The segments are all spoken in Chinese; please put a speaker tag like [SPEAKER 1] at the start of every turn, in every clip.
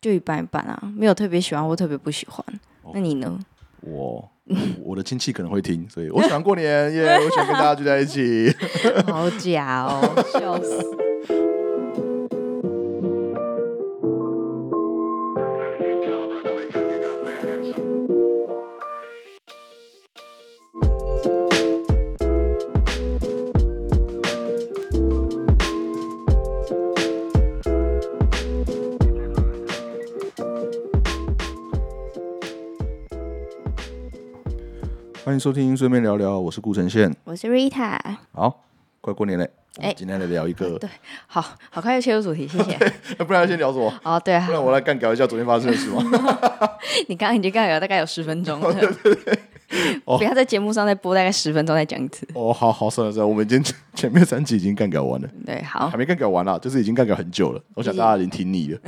[SPEAKER 1] 就一般一般啊，没有特别喜欢或特别不喜欢。那你呢？
[SPEAKER 2] 我我的亲戚可能会听，所以我喜欢过年 耶我喜欢跟大家聚在一起。
[SPEAKER 1] 好假哦，笑死！
[SPEAKER 2] 欢迎收听，顺便聊聊，我是顾晨宪。
[SPEAKER 1] 我是 Rita，
[SPEAKER 2] 好，快过年嘞，我们
[SPEAKER 1] 哎
[SPEAKER 2] 今天来聊一个，
[SPEAKER 1] 对好好快就切入主题，谢谢。
[SPEAKER 2] 哎不然要先聊什么？
[SPEAKER 1] 哦，对啊
[SPEAKER 2] 不，然我来干搞一下昨天发生的 事吗？
[SPEAKER 1] 你刚刚已经干了大概有十分钟了，
[SPEAKER 2] 哦
[SPEAKER 1] 不要在节目上再播大概十分钟再讲一次。
[SPEAKER 2] 哦，好好，算了算了，我们今天前面三集已经干搞完了，
[SPEAKER 1] 对，好
[SPEAKER 2] 还，没干搞完啦，就是已经干搞很久了。我想大家已经听腻了。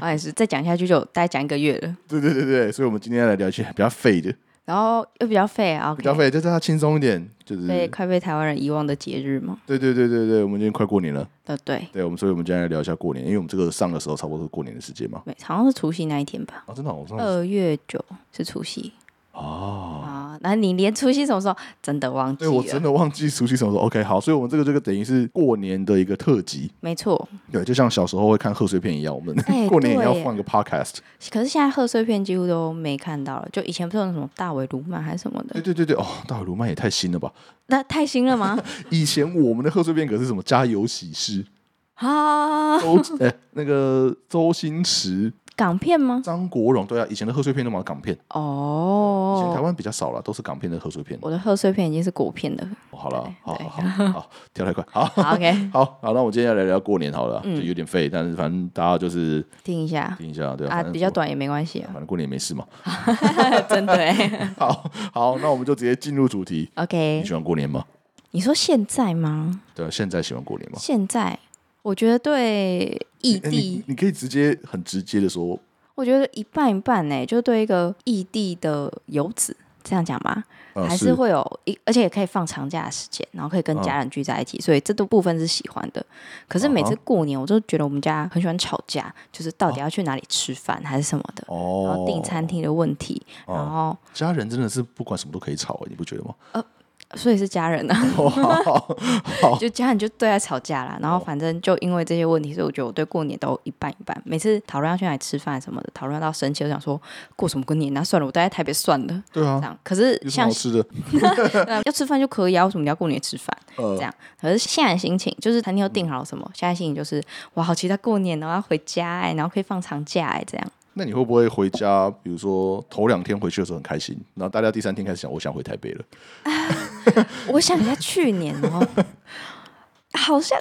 [SPEAKER 1] 我也是再讲下去就大概讲一个月了，
[SPEAKER 2] 对对对对，所以我们今天来聊一些比较废的，
[SPEAKER 1] 然后又比较废啊，
[SPEAKER 2] 比较
[SPEAKER 1] OK
[SPEAKER 2] 废，就大家轻松一点，就是
[SPEAKER 1] 被快被台湾人遗忘的节日嘛，
[SPEAKER 2] 对对对对对，我们今天快过年了，
[SPEAKER 1] 对对，
[SPEAKER 2] 对，我们所以我们今天来聊一下过年，因为我们这个上的时候差不多是过年的时间嘛。
[SPEAKER 1] 没好像是除夕那一天吧，
[SPEAKER 2] 啊，真的哦，我上
[SPEAKER 1] 二月九是除夕
[SPEAKER 2] 哦，
[SPEAKER 1] 啊，然后你连除夕什么时候真的忘记
[SPEAKER 2] 对我真
[SPEAKER 1] 了，
[SPEAKER 2] 的忘记除夕什么时候。OK，好，所以我们这个这个等于是过年的一个特辑，
[SPEAKER 1] 没错。
[SPEAKER 2] 对，就像小时候会看贺岁片一样，我们
[SPEAKER 1] 哎
[SPEAKER 2] 过年也要
[SPEAKER 1] 对耶
[SPEAKER 2] 放一个 podcast。
[SPEAKER 1] 可是现在贺岁片几乎都没看到了，就以前不是有那种大尾鲈鳗还是什么的，
[SPEAKER 2] 对对对对，哦，大耳卢曼也太新了吧！
[SPEAKER 1] 那太新了 吗？
[SPEAKER 2] 以前我们的贺岁片可是什么家有喜事，
[SPEAKER 1] 啊，
[SPEAKER 2] 周哎、那个周星驰、
[SPEAKER 1] 港片吗？
[SPEAKER 2] 张国荣，对啊，以前的贺岁片都嘛港片，以前台
[SPEAKER 1] 哦，
[SPEAKER 2] 湾比较少了，都是港片的贺岁片。
[SPEAKER 1] 我的贺岁片已经是国片 了。
[SPEAKER 2] 哦好了，好
[SPEAKER 1] 对
[SPEAKER 2] 好好好，跳太快，好。
[SPEAKER 1] 好 OK，
[SPEAKER 2] 好好，那我今天要来聊过年好了，
[SPEAKER 1] 嗯
[SPEAKER 2] 就有点废，但是反正大家就是
[SPEAKER 1] 听一 下
[SPEAKER 2] 听一下，对
[SPEAKER 1] 啊，
[SPEAKER 2] 反正
[SPEAKER 1] 比较
[SPEAKER 2] 过，
[SPEAKER 1] 短也没关系啊
[SPEAKER 2] 反，正过年也没事嘛。
[SPEAKER 1] 真的欸。
[SPEAKER 2] 好好，那我们就直接进入主题。你
[SPEAKER 1] OK，
[SPEAKER 2] 喜欢过年吗？
[SPEAKER 1] 你说现在吗？
[SPEAKER 2] 对啊，现在喜欢过年吗？
[SPEAKER 1] 现在我觉得对异
[SPEAKER 2] 哎你
[SPEAKER 1] 地，
[SPEAKER 2] 你可以直接很直接的说，
[SPEAKER 1] 我觉得一半一半呢，就对一个异地的游子。这样讲吧，
[SPEAKER 2] 呃，
[SPEAKER 1] 还是会有一，而且也可以放长假的时间，然后可以
[SPEAKER 2] 哦
[SPEAKER 1] 跟家人聚在一起，所以这都部分是喜欢的。可是每次
[SPEAKER 2] 啊
[SPEAKER 1] 过年，我就觉得我们家很喜欢吵架，就是到底要去哪里吃饭还是什么的，然
[SPEAKER 2] 哦
[SPEAKER 1] 后，订餐厅的问题，
[SPEAKER 2] 哦
[SPEAKER 1] 然后
[SPEAKER 2] 家人真的是不管什么都可以吵，你不觉得吗？
[SPEAKER 1] 所以是家人啊，
[SPEAKER 2] 哦好 好
[SPEAKER 1] 就家人就对他吵架啦。然后
[SPEAKER 2] 哦
[SPEAKER 1] 反正就因为这些问题，所以我觉得我对过年都一半一半。每次讨论要去哪里吃饭什么的，讨论到生气，我想说过什么过年那、算了，我待在台北算了。
[SPEAKER 2] 对
[SPEAKER 1] 这
[SPEAKER 2] 啊，
[SPEAKER 1] 样，可是
[SPEAKER 2] 有什么
[SPEAKER 1] 像
[SPEAKER 2] 好吃的？
[SPEAKER 1] 呃要吃饭就可以啊，为什么你要过年吃饭？
[SPEAKER 2] 呃
[SPEAKER 1] 这，样，可是现在的心情就是餐厅都订好了什么，现在心情就是哇，好期待过年哦，要回家哎、然后可以放长假哎、这样。
[SPEAKER 2] 那你会不会回家？比如说头两天回去的时候很开心，然后大家第三天开始想，我想回台北了。
[SPEAKER 1] 我想一下去年 哦，好像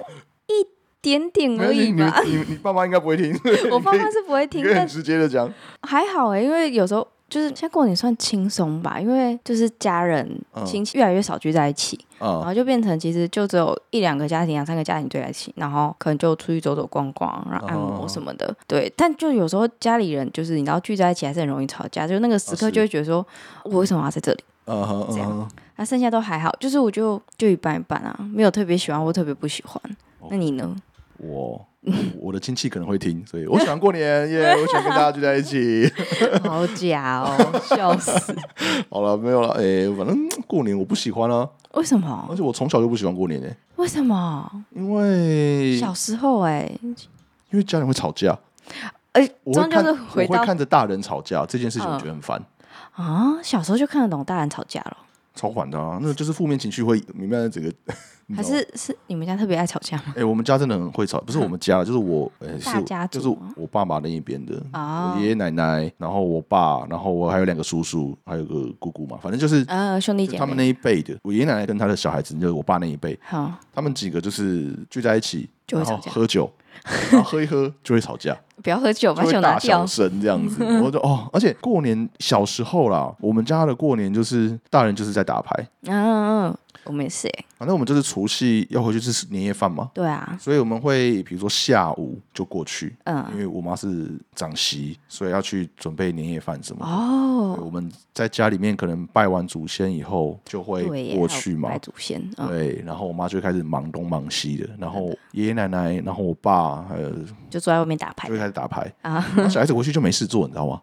[SPEAKER 1] 一点点而已
[SPEAKER 2] 你
[SPEAKER 1] 吧。
[SPEAKER 2] 你你爸妈应该不 会听，
[SPEAKER 1] 我爸妈是不会
[SPEAKER 2] 你
[SPEAKER 1] 听，
[SPEAKER 2] 可以
[SPEAKER 1] 但
[SPEAKER 2] 很直接的讲，
[SPEAKER 1] 还好哎、因为有时候就是现在过年算轻松吧，因为就是家人
[SPEAKER 2] 嗯
[SPEAKER 1] 亲戚越来越少聚在一起，然
[SPEAKER 2] 啊
[SPEAKER 1] 后就变成其实就只有一两个家庭、两三个家庭聚在一起，然后可能就出去走走逛逛，然后按
[SPEAKER 2] 哦
[SPEAKER 1] 摩什么的。对，但就有时候家里人就是你知道聚在一起还是很容易吵架，就那个时
[SPEAKER 2] 啊
[SPEAKER 1] 刻
[SPEAKER 2] 是
[SPEAKER 1] 就会觉得说，我为什么要在这里？
[SPEAKER 2] 啊哈
[SPEAKER 1] 这
[SPEAKER 2] 啊
[SPEAKER 1] 样那、剩下都还好，就是我就就一般一般啊，没有特别喜欢或特别不喜欢。
[SPEAKER 2] 哦
[SPEAKER 1] 那你 呢？
[SPEAKER 2] 我我的亲戚可能会听，所以我喜欢过年耶我喜欢跟大家聚在一起。
[SPEAKER 1] 好假哦，笑 死！
[SPEAKER 2] 好了，没有了，哎、反正过年我不喜欢啊，
[SPEAKER 1] 为什么
[SPEAKER 2] 而？且我从小就不喜欢过年呢、欸
[SPEAKER 1] 为什么？
[SPEAKER 2] 因为
[SPEAKER 1] 小时候哎、
[SPEAKER 2] 因为家人会吵架，
[SPEAKER 1] 哎，
[SPEAKER 2] 我
[SPEAKER 1] 终
[SPEAKER 2] 会
[SPEAKER 1] 究
[SPEAKER 2] 看
[SPEAKER 1] 是
[SPEAKER 2] 我
[SPEAKER 1] 回
[SPEAKER 2] 会
[SPEAKER 1] 到
[SPEAKER 2] 看着大人吵架这件事情，我
[SPEAKER 1] 嗯
[SPEAKER 2] 觉得很烦。
[SPEAKER 1] 啊，小时候就看得懂大人吵架了，
[SPEAKER 2] 超烦的啊！那就是负面情绪会弥漫 在整个。你知道吗
[SPEAKER 1] 还是是你们家特别爱吵架吗？
[SPEAKER 2] 哎、我们家真的很会吵，不是我们家，就是我，哎、
[SPEAKER 1] 大
[SPEAKER 2] 是
[SPEAKER 1] 家
[SPEAKER 2] 就
[SPEAKER 1] 族
[SPEAKER 2] 是我爸爸那一边的，
[SPEAKER 1] 哦
[SPEAKER 2] 嗯我爷爷奶奶，然后我爸，然后我还有两个叔叔，还有个姑姑嘛，反正就是
[SPEAKER 1] 呃，兄弟
[SPEAKER 2] 就
[SPEAKER 1] 姐
[SPEAKER 2] 他们
[SPEAKER 1] 妹，
[SPEAKER 2] 那一辈的，我爷爷奶奶跟他的小孩子，就是我爸那一辈，
[SPEAKER 1] 好，
[SPEAKER 2] 他们几个就是聚在一起，
[SPEAKER 1] 就会
[SPEAKER 2] 然后
[SPEAKER 1] 吵架
[SPEAKER 2] 喝酒，然后喝一喝就会 吵架，
[SPEAKER 1] 不要喝酒，把
[SPEAKER 2] 就
[SPEAKER 1] 酒
[SPEAKER 2] 会
[SPEAKER 1] 拿
[SPEAKER 2] 大小
[SPEAKER 1] 掉。
[SPEAKER 2] 声这样子。 我就哦，而且过年小时候啦，我们家的过年就是大人就是在打牌，
[SPEAKER 1] 嗯嗯嗯，我们也是哎、
[SPEAKER 2] 反正我们这次除夕要回去吃年夜饭嘛，
[SPEAKER 1] 对啊，
[SPEAKER 2] 所以我们会比如说下午就过去，因
[SPEAKER 1] 嗯，
[SPEAKER 2] 为我妈是长媳，所以要去准备年夜饭什么的。对
[SPEAKER 1] 哦，
[SPEAKER 2] 我们在家里面可能拜完祖先以后就会
[SPEAKER 1] 对耶，
[SPEAKER 2] 过
[SPEAKER 1] 还有
[SPEAKER 2] 去嘛
[SPEAKER 1] 拜，祖先，嗯，
[SPEAKER 2] 对，然后我妈就开始忙东忙西的，然后爷爷奶奶，然后我爸，还有
[SPEAKER 1] 就坐在外面打牌
[SPEAKER 2] 就会开始打牌。
[SPEAKER 1] 啊。
[SPEAKER 2] 那小孩子回去就没事做，你知道吗？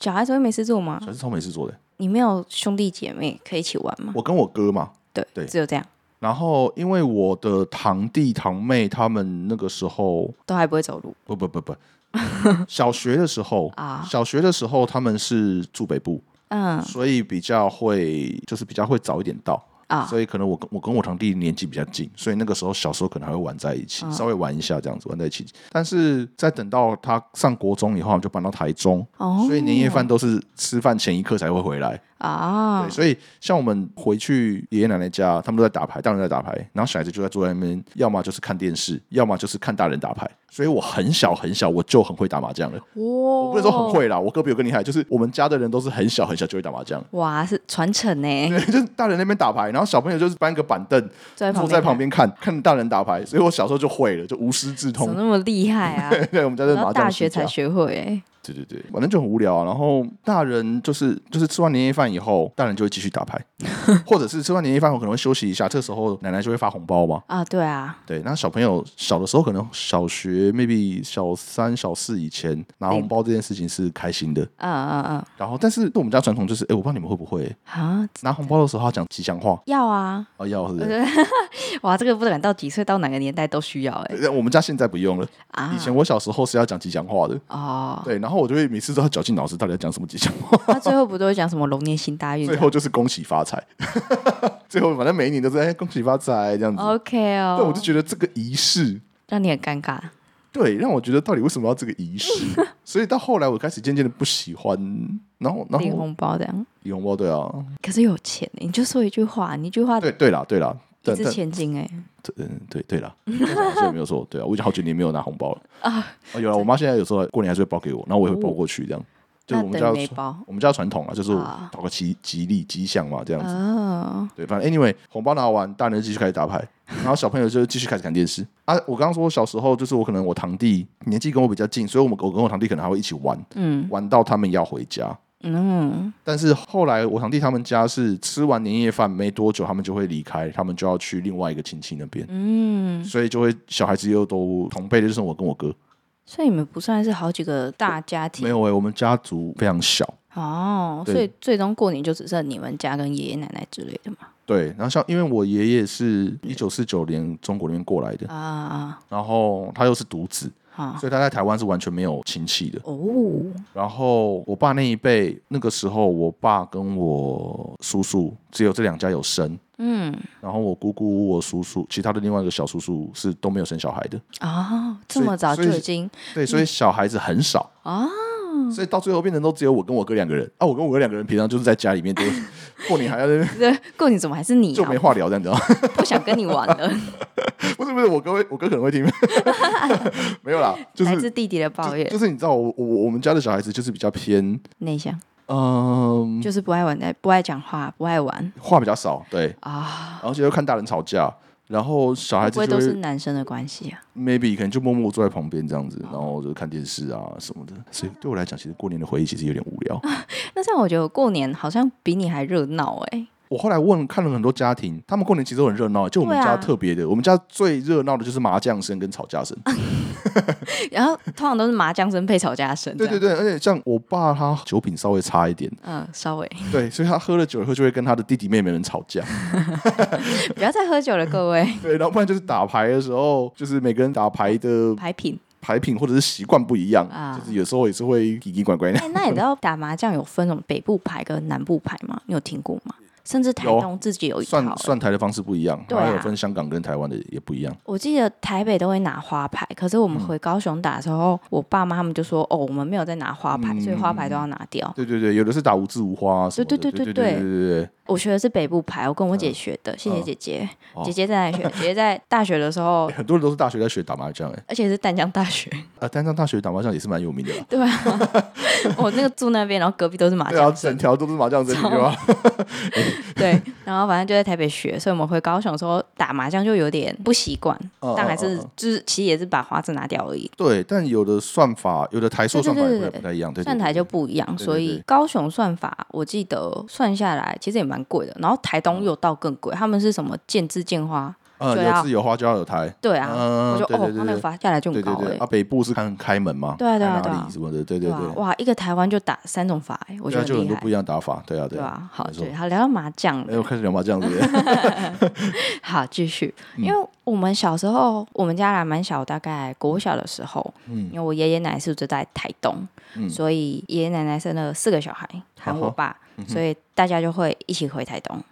[SPEAKER 1] 小孩子会没事做吗
[SPEAKER 2] 小？孩子超没事做的。
[SPEAKER 1] 你没有兄弟姐妹可以一起玩吗？
[SPEAKER 2] 我跟我哥嘛，
[SPEAKER 1] 对，
[SPEAKER 2] 对
[SPEAKER 1] 只有这样，
[SPEAKER 2] 然后因为我的堂弟堂妹他们那个时候，
[SPEAKER 1] 都还不会走路
[SPEAKER 2] 不不 不不，小学的时候
[SPEAKER 1] 啊。
[SPEAKER 2] 小学的时候他们是住北部，
[SPEAKER 1] 嗯
[SPEAKER 2] 所以比较会就是比较会早一点到。
[SPEAKER 1] 啊，
[SPEAKER 2] 所以可能我跟我跟我堂弟年纪比较近，所以那个时候小时候可能还会玩在一
[SPEAKER 1] 嗯
[SPEAKER 2] 起，稍微玩一下这样子玩在一起。但是再等到他上国中以后，我们就搬到台中，
[SPEAKER 1] 哦，
[SPEAKER 2] 所以年夜饭都是吃饭前一刻才会回来。
[SPEAKER 1] 啊
[SPEAKER 2] 对，，所以像我们回去爷爷奶奶家，他们都在打牌，大人在打牌，然后小孩子就在坐在那边，要么就是看电视，要么就是看大人打牌。所以我很小很小我就很会打麻将了，
[SPEAKER 1] 我
[SPEAKER 2] 我不是说很，会
[SPEAKER 1] 哦
[SPEAKER 2] 啦，我哥比我更厉害，就是我们家的人都是很小很小就会打麻将。
[SPEAKER 1] 哇，是传承欸呢，
[SPEAKER 2] 对， 就是大人那边打牌，然后小朋友就是搬个板凳
[SPEAKER 1] 坐在旁
[SPEAKER 2] 坐
[SPEAKER 1] 边，
[SPEAKER 2] 在旁，边看看大人打牌，所以我小时候就会了，就无师自
[SPEAKER 1] 怎么
[SPEAKER 2] 通。
[SPEAKER 1] 那么厉害啊？
[SPEAKER 2] 对，我们家就是
[SPEAKER 1] 我到
[SPEAKER 2] 麻
[SPEAKER 1] 大
[SPEAKER 2] 将
[SPEAKER 1] 学
[SPEAKER 2] 世家
[SPEAKER 1] 才。学会哎，
[SPEAKER 2] 对对对，反正就很无聊、啊。然后大人就是就是吃完年夜饭以后，大人就会继续打 牌，或者是吃完年夜饭我可能会休息一下，这时候奶奶就会发红包嘛。
[SPEAKER 1] 啊，对啊，
[SPEAKER 2] 对，那小朋友小的时候可能小学 maybe 小三小四以前拿红包这件事情是开心的，
[SPEAKER 1] 嗯嗯嗯，
[SPEAKER 2] 然后但是对我们家传统就是，哎，我不知道你们会不会
[SPEAKER 1] 啊，
[SPEAKER 2] 拿红包的时候要讲吉祥话
[SPEAKER 1] 要啊，
[SPEAKER 2] 啊，要是不是？
[SPEAKER 1] 哇，这个不管到几岁到哪个年代都需要哎，
[SPEAKER 2] 呃对我们家现在不用了，
[SPEAKER 1] 啊
[SPEAKER 2] 以，前我小时候是要讲吉祥话的，
[SPEAKER 1] 哦，
[SPEAKER 2] 对，然后我就会每次都要绞尽脑汁，到底要讲什么吉祥话，
[SPEAKER 1] 那最后不都会讲什么龙年行大运这
[SPEAKER 2] 最
[SPEAKER 1] 样？
[SPEAKER 2] 后就是恭喜发财， 最后反正每一年都是哎恭喜发财这样子，
[SPEAKER 1] OK 哦，
[SPEAKER 2] 但我就觉得这个仪式。
[SPEAKER 1] 让你很尴尬
[SPEAKER 2] 对，让我觉得到底为什么要这个仪 式？所以到后来我开始渐渐的不喜欢，然后然
[SPEAKER 1] 领
[SPEAKER 2] 后
[SPEAKER 1] 红包这样。
[SPEAKER 2] 领红包，对啊，
[SPEAKER 1] 可是有钱，你就说一句话，你一句话
[SPEAKER 2] 对对啦对啦，
[SPEAKER 1] 一
[SPEAKER 2] 但
[SPEAKER 1] 掷
[SPEAKER 2] 但
[SPEAKER 1] 千金哎、
[SPEAKER 2] 嗯对对啦，好像没有错，对啊，我已经好几年没有拿红 包了
[SPEAKER 1] 哦
[SPEAKER 2] 啊，有了，我妈现在有时候过年还是会包给我，然后我也会包过去这样，就
[SPEAKER 1] 那
[SPEAKER 2] 我们家
[SPEAKER 1] 等于没包
[SPEAKER 2] 我们家传统啊，就是
[SPEAKER 1] 啊
[SPEAKER 2] 讨个吉吉利吉祥嘛，这样子。
[SPEAKER 1] 哦，
[SPEAKER 2] 对，反正 anyway，红包拿完，大人就继续开始打牌，然后小朋友就继续开始看电视 啊。我刚刚说小时候就是我可能我堂弟年纪跟我比较近，所以我们我跟我堂弟可能还会一起玩，
[SPEAKER 1] 嗯
[SPEAKER 2] 玩到他们要回家。
[SPEAKER 1] 嗯，
[SPEAKER 2] 但是后来我堂弟他们家是吃完年夜饭没多久，他们就会离开，他们就要去另外一个亲戚那边，
[SPEAKER 1] 嗯，
[SPEAKER 2] 所以就会小孩子又都同辈的，就是我跟我哥。
[SPEAKER 1] 所以你们不算是好几个大家
[SPEAKER 2] 没
[SPEAKER 1] 庭
[SPEAKER 2] 有诶、我们家族非常小，
[SPEAKER 1] 哦，
[SPEAKER 2] 对
[SPEAKER 1] 所以最终过年就只剩你们家跟爷爷奶奶之类的嘛。
[SPEAKER 2] 对。然后像因为我爷爷是一九四九年中国那边过来的，
[SPEAKER 1] 啊啊
[SPEAKER 2] 然后他又是独子，
[SPEAKER 1] 啊！
[SPEAKER 2] 所以他在台湾是完全没有亲戚的。
[SPEAKER 1] 哦，
[SPEAKER 2] 然后我爸那一辈，那个时候我爸跟我叔叔只有这两家有生，
[SPEAKER 1] 嗯
[SPEAKER 2] 然后我姑姑、我叔叔，其他的另外一个小叔叔是都没有生小孩的，
[SPEAKER 1] 哦，这
[SPEAKER 2] 所以
[SPEAKER 1] 么早
[SPEAKER 2] 所
[SPEAKER 1] 就
[SPEAKER 2] 以
[SPEAKER 1] 已经
[SPEAKER 2] 对，所以小孩子很少。
[SPEAKER 1] 哦，
[SPEAKER 2] 所以到最后变成都只有我跟我哥两个人啊，我跟我哥两个人平常就是在家里 面都过年还要在那边
[SPEAKER 1] 对过年怎么还是你
[SPEAKER 2] 就
[SPEAKER 1] 啊
[SPEAKER 2] 没？话聊这样 子啊，
[SPEAKER 1] 不想跟你玩了，
[SPEAKER 2] 不是不是，我哥会我哥可能会听， 没有啦， 就
[SPEAKER 1] 来
[SPEAKER 2] 是
[SPEAKER 1] 自弟弟的抱
[SPEAKER 2] 就
[SPEAKER 1] 怨，
[SPEAKER 2] 就是你知道我我我们家的小孩子就是比较偏
[SPEAKER 1] 内向，
[SPEAKER 2] 嗯、
[SPEAKER 1] 就是不爱玩的，不爱讲话，不爱玩
[SPEAKER 2] 话比较少，对，
[SPEAKER 1] 啊。
[SPEAKER 2] 而且又看大人吵架，然后小孩
[SPEAKER 1] 会
[SPEAKER 2] 子
[SPEAKER 1] 不会
[SPEAKER 2] 就
[SPEAKER 1] 都是男生的关系啊？
[SPEAKER 2] maybe 可能就默默坐在旁边这样子，
[SPEAKER 1] 哦
[SPEAKER 2] 然后就看电视啊什么的。所以对我来讲，其实过年的回忆其实有点无聊。
[SPEAKER 1] 那这样我觉得过年好像比你还热闹哎。
[SPEAKER 2] 我后来问看了很多家庭，他们过年其实都很热闹，就我们
[SPEAKER 1] 对啊
[SPEAKER 2] 家特别的，我们家最热闹的就是麻将声跟吵架声。
[SPEAKER 1] 啊然后通常都是麻将声配吵架声，
[SPEAKER 2] 对对
[SPEAKER 1] 对，啊
[SPEAKER 2] 对，而且像我爸他酒品稍微差一点，
[SPEAKER 1] 嗯，稍微
[SPEAKER 2] 对，所以他喝了酒以后就会跟他的弟弟妹妹们吵架。
[SPEAKER 1] 不要再喝酒了，各 位，
[SPEAKER 2] 对，然后不然就是打牌的时候，就是每个人打牌的
[SPEAKER 1] 牌品。
[SPEAKER 2] 牌品或者是习惯不一样，
[SPEAKER 1] 啊
[SPEAKER 2] 就是有时候也是会奇奇怪怪的。
[SPEAKER 1] 哎，那你知道打麻将有分什么北部牌跟南部牌吗？你有听过吗？甚至台
[SPEAKER 2] 有啊
[SPEAKER 1] 东自己有一套
[SPEAKER 2] 算
[SPEAKER 1] 哎。
[SPEAKER 2] 算台的方式不一样，
[SPEAKER 1] 对啊哦
[SPEAKER 2] 还有分香港跟台湾的也不一样。
[SPEAKER 1] 我记得台北都会拿花牌，可是我
[SPEAKER 2] 嗯
[SPEAKER 1] 们回高雄打的时候，我爸妈他们就说：“哦，我们
[SPEAKER 2] 嗯
[SPEAKER 1] 没有在拿花牌，所以花牌都要拿掉。
[SPEAKER 2] 对对对，有的是打无字无花、啊、什么的。
[SPEAKER 1] 对对
[SPEAKER 2] 对
[SPEAKER 1] 对对
[SPEAKER 2] 对对对对
[SPEAKER 1] 我学的是北部牌，我跟我姐
[SPEAKER 2] 嗯
[SPEAKER 1] 学的，谢谢姐姐。
[SPEAKER 2] 哦
[SPEAKER 1] 姐姐在哪里学？姐姐在大学的时候
[SPEAKER 2] 欸，很多人都是大学在学打麻将、欸，哎，
[SPEAKER 1] 而且是淡江大学。
[SPEAKER 2] 呃，丹江大学打麻将也是蛮有名的啦。
[SPEAKER 1] 对啊，我那个住那边，然后隔壁都是麻
[SPEAKER 2] 对啊，
[SPEAKER 1] 将
[SPEAKER 2] 整
[SPEAKER 1] 声。
[SPEAKER 2] 条都是麻将声，你知道吗？
[SPEAKER 1] 对，然后反正就在台北学，所以我们回高雄的时候打麻将就有点不习惯，
[SPEAKER 2] 嗯
[SPEAKER 1] 但还
[SPEAKER 2] 嗯
[SPEAKER 1] 是
[SPEAKER 2] 嗯嗯
[SPEAKER 1] 就是其实也是把花字拿掉而已。
[SPEAKER 2] 对，但有的算法，有的台数
[SPEAKER 1] 对对
[SPEAKER 2] 算法也
[SPEAKER 1] 对
[SPEAKER 2] 不太
[SPEAKER 1] 对
[SPEAKER 2] 不太一样，对，对
[SPEAKER 1] 算台就不一样，
[SPEAKER 2] 对
[SPEAKER 1] 所
[SPEAKER 2] 对
[SPEAKER 1] 以
[SPEAKER 2] 对
[SPEAKER 1] 高雄算法我记得算下来其实也蛮贵的，然后台东又到更贵，他们是什么建制建花？
[SPEAKER 2] 呃，
[SPEAKER 1] 就
[SPEAKER 2] 有
[SPEAKER 1] 要
[SPEAKER 2] 自由花就要有台，
[SPEAKER 1] 啊对啊，
[SPEAKER 2] 嗯
[SPEAKER 1] 我就
[SPEAKER 2] 对
[SPEAKER 1] 哦
[SPEAKER 2] 对，
[SPEAKER 1] 他
[SPEAKER 2] 对
[SPEAKER 1] 那个
[SPEAKER 2] 对。
[SPEAKER 1] 罚下来就很
[SPEAKER 2] 对
[SPEAKER 1] 高
[SPEAKER 2] 对对，
[SPEAKER 1] 哎
[SPEAKER 2] 啊，，北部是看开门嘛，
[SPEAKER 1] 对啊对啊
[SPEAKER 2] 看
[SPEAKER 1] 对啊
[SPEAKER 2] 哪里什么的，对对
[SPEAKER 1] 对
[SPEAKER 2] 对，
[SPEAKER 1] 啊哇，一个台湾就打三种法哎，我觉
[SPEAKER 2] 对啊
[SPEAKER 1] 得
[SPEAKER 2] 就
[SPEAKER 1] 很
[SPEAKER 2] 很
[SPEAKER 1] 厉
[SPEAKER 2] 多
[SPEAKER 1] 害
[SPEAKER 2] 不一。样的打法，对啊对
[SPEAKER 1] 对
[SPEAKER 2] 啊，
[SPEAKER 1] 啊，好，
[SPEAKER 2] 没错
[SPEAKER 1] 对，好，聊到麻将了，
[SPEAKER 2] 哎，我开始聊麻将了，对不对
[SPEAKER 1] 好，继续，
[SPEAKER 2] 嗯
[SPEAKER 1] 因为我们小时候，我们家还蛮小，大概国小的时候，
[SPEAKER 2] 嗯
[SPEAKER 1] 因为我爷爷奶奶是住在台东，
[SPEAKER 2] 嗯哦
[SPEAKER 1] 所以爷爷奶奶生了四个小孩，喊我爸，
[SPEAKER 2] 嗯
[SPEAKER 1] 所以大家就会一起回台东。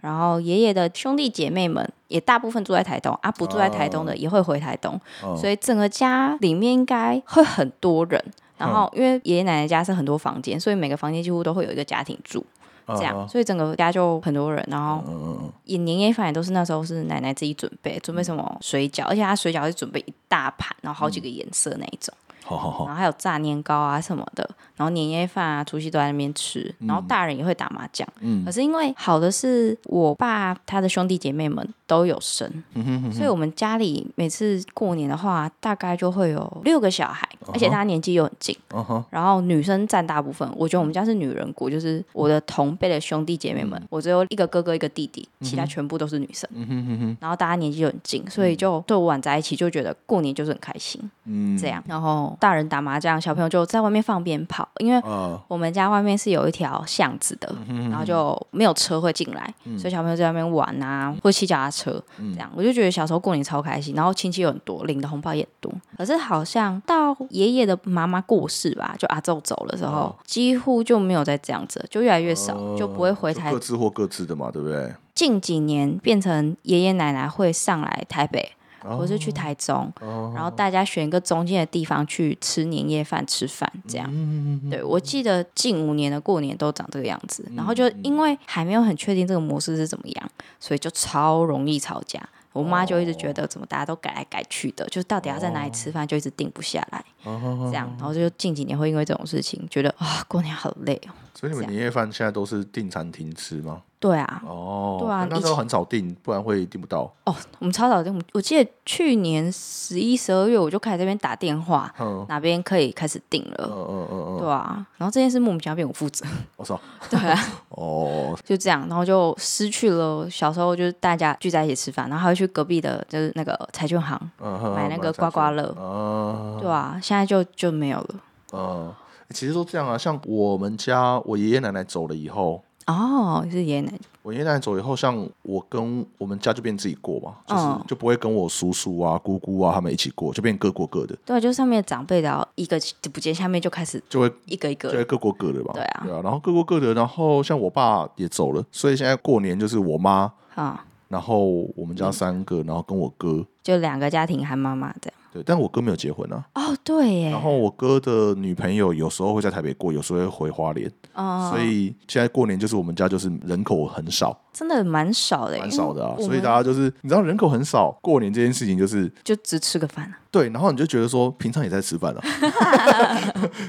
[SPEAKER 1] 然后爷爷的兄弟姐妹们也大部分住在台东啊，不住在台东的也会回台东，
[SPEAKER 2] 哦
[SPEAKER 1] 所以整个家里面应该会很多人。然后，
[SPEAKER 2] 哦
[SPEAKER 1] 因为爷爷奶奶家是很多房间，所以每个房间几乎都会有一个家庭住，
[SPEAKER 2] 啊
[SPEAKER 1] 这样，
[SPEAKER 2] 啊
[SPEAKER 1] 所以整个家就很多人。然后
[SPEAKER 2] 嗯嗯嗯，
[SPEAKER 1] 也年夜饭也都是那时候是奶奶自己准备，准备什么水饺，而且她水饺是准备一大盘，然后好几
[SPEAKER 2] 嗯
[SPEAKER 1] 个颜色那一种，
[SPEAKER 2] 好好好，
[SPEAKER 1] 然后还有炸年糕啊什么的，然后年夜饭啊、除夕都在那边吃，然后大人也会打麻将。
[SPEAKER 2] 嗯
[SPEAKER 1] 可是因为好的是我爸他的兄弟姐妹们都有生，
[SPEAKER 2] 嗯哼哼
[SPEAKER 1] 所以我们家里每次过年的话，大概就会有六个小孩，而且大家年纪又很近，
[SPEAKER 2] 嗯哼，
[SPEAKER 1] 然后女生占大部分，我觉得我们家是女人国，就是我的同辈的兄弟姐妹们，我只有一个哥哥一个弟弟，其他全部都是女生。
[SPEAKER 2] 嗯哼哼哼，
[SPEAKER 1] 然后大家年纪又很近，所以就对我玩在一起，就觉得过年就是很开心
[SPEAKER 2] 嗯，
[SPEAKER 1] 这样。然后大人打麻将，小朋友就在外面放鞭炮，因为
[SPEAKER 2] 啊，
[SPEAKER 1] 我们家外面是有一条巷子
[SPEAKER 2] 嗯
[SPEAKER 1] 的，然后就没有车会进来，所以小朋友在外面玩
[SPEAKER 2] 嗯
[SPEAKER 1] 啊，或骑脚踏车这样。我就觉得小时候过年超开心，然后亲戚又很多，领的红包也很多。可是好像到爷爷的妈妈过世吧，就阿昼走了之
[SPEAKER 2] 哦
[SPEAKER 1] 后，几乎就没有再这样子了，就越来越少，就不会回
[SPEAKER 2] 呃就
[SPEAKER 1] 台
[SPEAKER 2] 各自或各自的嘛，对不对？
[SPEAKER 1] 近几年变成爷爷奶奶会上来台北，或是去台中，然后大家选一个中间的地方去吃年夜饭、吃饭这
[SPEAKER 2] 嗯
[SPEAKER 1] 样。对，我记得近五年的过年都长这个样子，然后就因为还没有很确定这个模式是怎么样，所以就超容易吵架。我妈就一直觉得怎么大家都改来改去的，就是到底要在哪里吃饭，就一直定不下来，这样，然后就近几年会因为这种事情觉得啊，过年好累哦。
[SPEAKER 2] 嗯所以你们
[SPEAKER 1] 这样
[SPEAKER 2] 年夜饭现在都是订餐厅吃吗？
[SPEAKER 1] 对啊，
[SPEAKER 2] 哦，
[SPEAKER 1] 对啊
[SPEAKER 2] 那时
[SPEAKER 1] 以
[SPEAKER 2] 候
[SPEAKER 1] 前
[SPEAKER 2] 很少订，不然会订不到。
[SPEAKER 1] 哦，我们超早就，我们我记得去年十一、十二月我就开始这边打电话，
[SPEAKER 2] 嗯
[SPEAKER 1] 哪边可以开始订
[SPEAKER 2] 嗯
[SPEAKER 1] 了，
[SPEAKER 2] 嗯嗯嗯，
[SPEAKER 1] 对啊。然后这件事莫名其妙变我负责，
[SPEAKER 2] 我操，
[SPEAKER 1] 对啊，
[SPEAKER 2] 哦，
[SPEAKER 1] 就这样，然后就失去了小时候就是大家聚在一起吃饭，然后还会去隔壁的，就是那个彩券行，
[SPEAKER 2] 嗯哼，
[SPEAKER 1] 买那个刮刮乐
[SPEAKER 2] 啊，
[SPEAKER 1] 对啊，现在就就没有了。
[SPEAKER 2] 嗯，其实都这样啊。像我们家，我爷爷奶奶走了以后，
[SPEAKER 1] 哦，是爷爷奶奶，
[SPEAKER 2] 我爷爷奶奶走了以后，像我跟我们家就变自己过嘛，就是、
[SPEAKER 1] 嗯
[SPEAKER 2] 就不会跟我叔叔啊、姑姑啊他们一起过，就变各过各的，
[SPEAKER 1] 对啊，就上面的长辈然后一个就不见，下面就开始
[SPEAKER 2] 就会
[SPEAKER 1] 一个一
[SPEAKER 2] 就会
[SPEAKER 1] 个，
[SPEAKER 2] 各过各的吧。
[SPEAKER 1] 对啊
[SPEAKER 2] 对啊，然后各过各的，然后像我爸也走了，所以现在过年就是我妈，
[SPEAKER 1] 啊、
[SPEAKER 2] 然后我们家
[SPEAKER 1] 嗯
[SPEAKER 2] 三个，然后跟我哥。
[SPEAKER 1] 就两个家庭喊妈妈这样。
[SPEAKER 2] 对，但我哥没有结婚啊。
[SPEAKER 1] 哦，对耶，
[SPEAKER 2] 然后我哥的女朋友有时候会在台北过，有时候会回花莲，
[SPEAKER 1] 哦，
[SPEAKER 2] 所以现在过年就是我们家就是人口很少，
[SPEAKER 1] 真的蛮少的耶，
[SPEAKER 2] 蛮少的啊。
[SPEAKER 1] 因为我
[SPEAKER 2] 所以
[SPEAKER 1] 们
[SPEAKER 2] 大家就是你知道人口很少，过年这件事情就是
[SPEAKER 1] 就只吃个饭啊。
[SPEAKER 2] 对，然后你就觉得说平常也在 吃饭啊，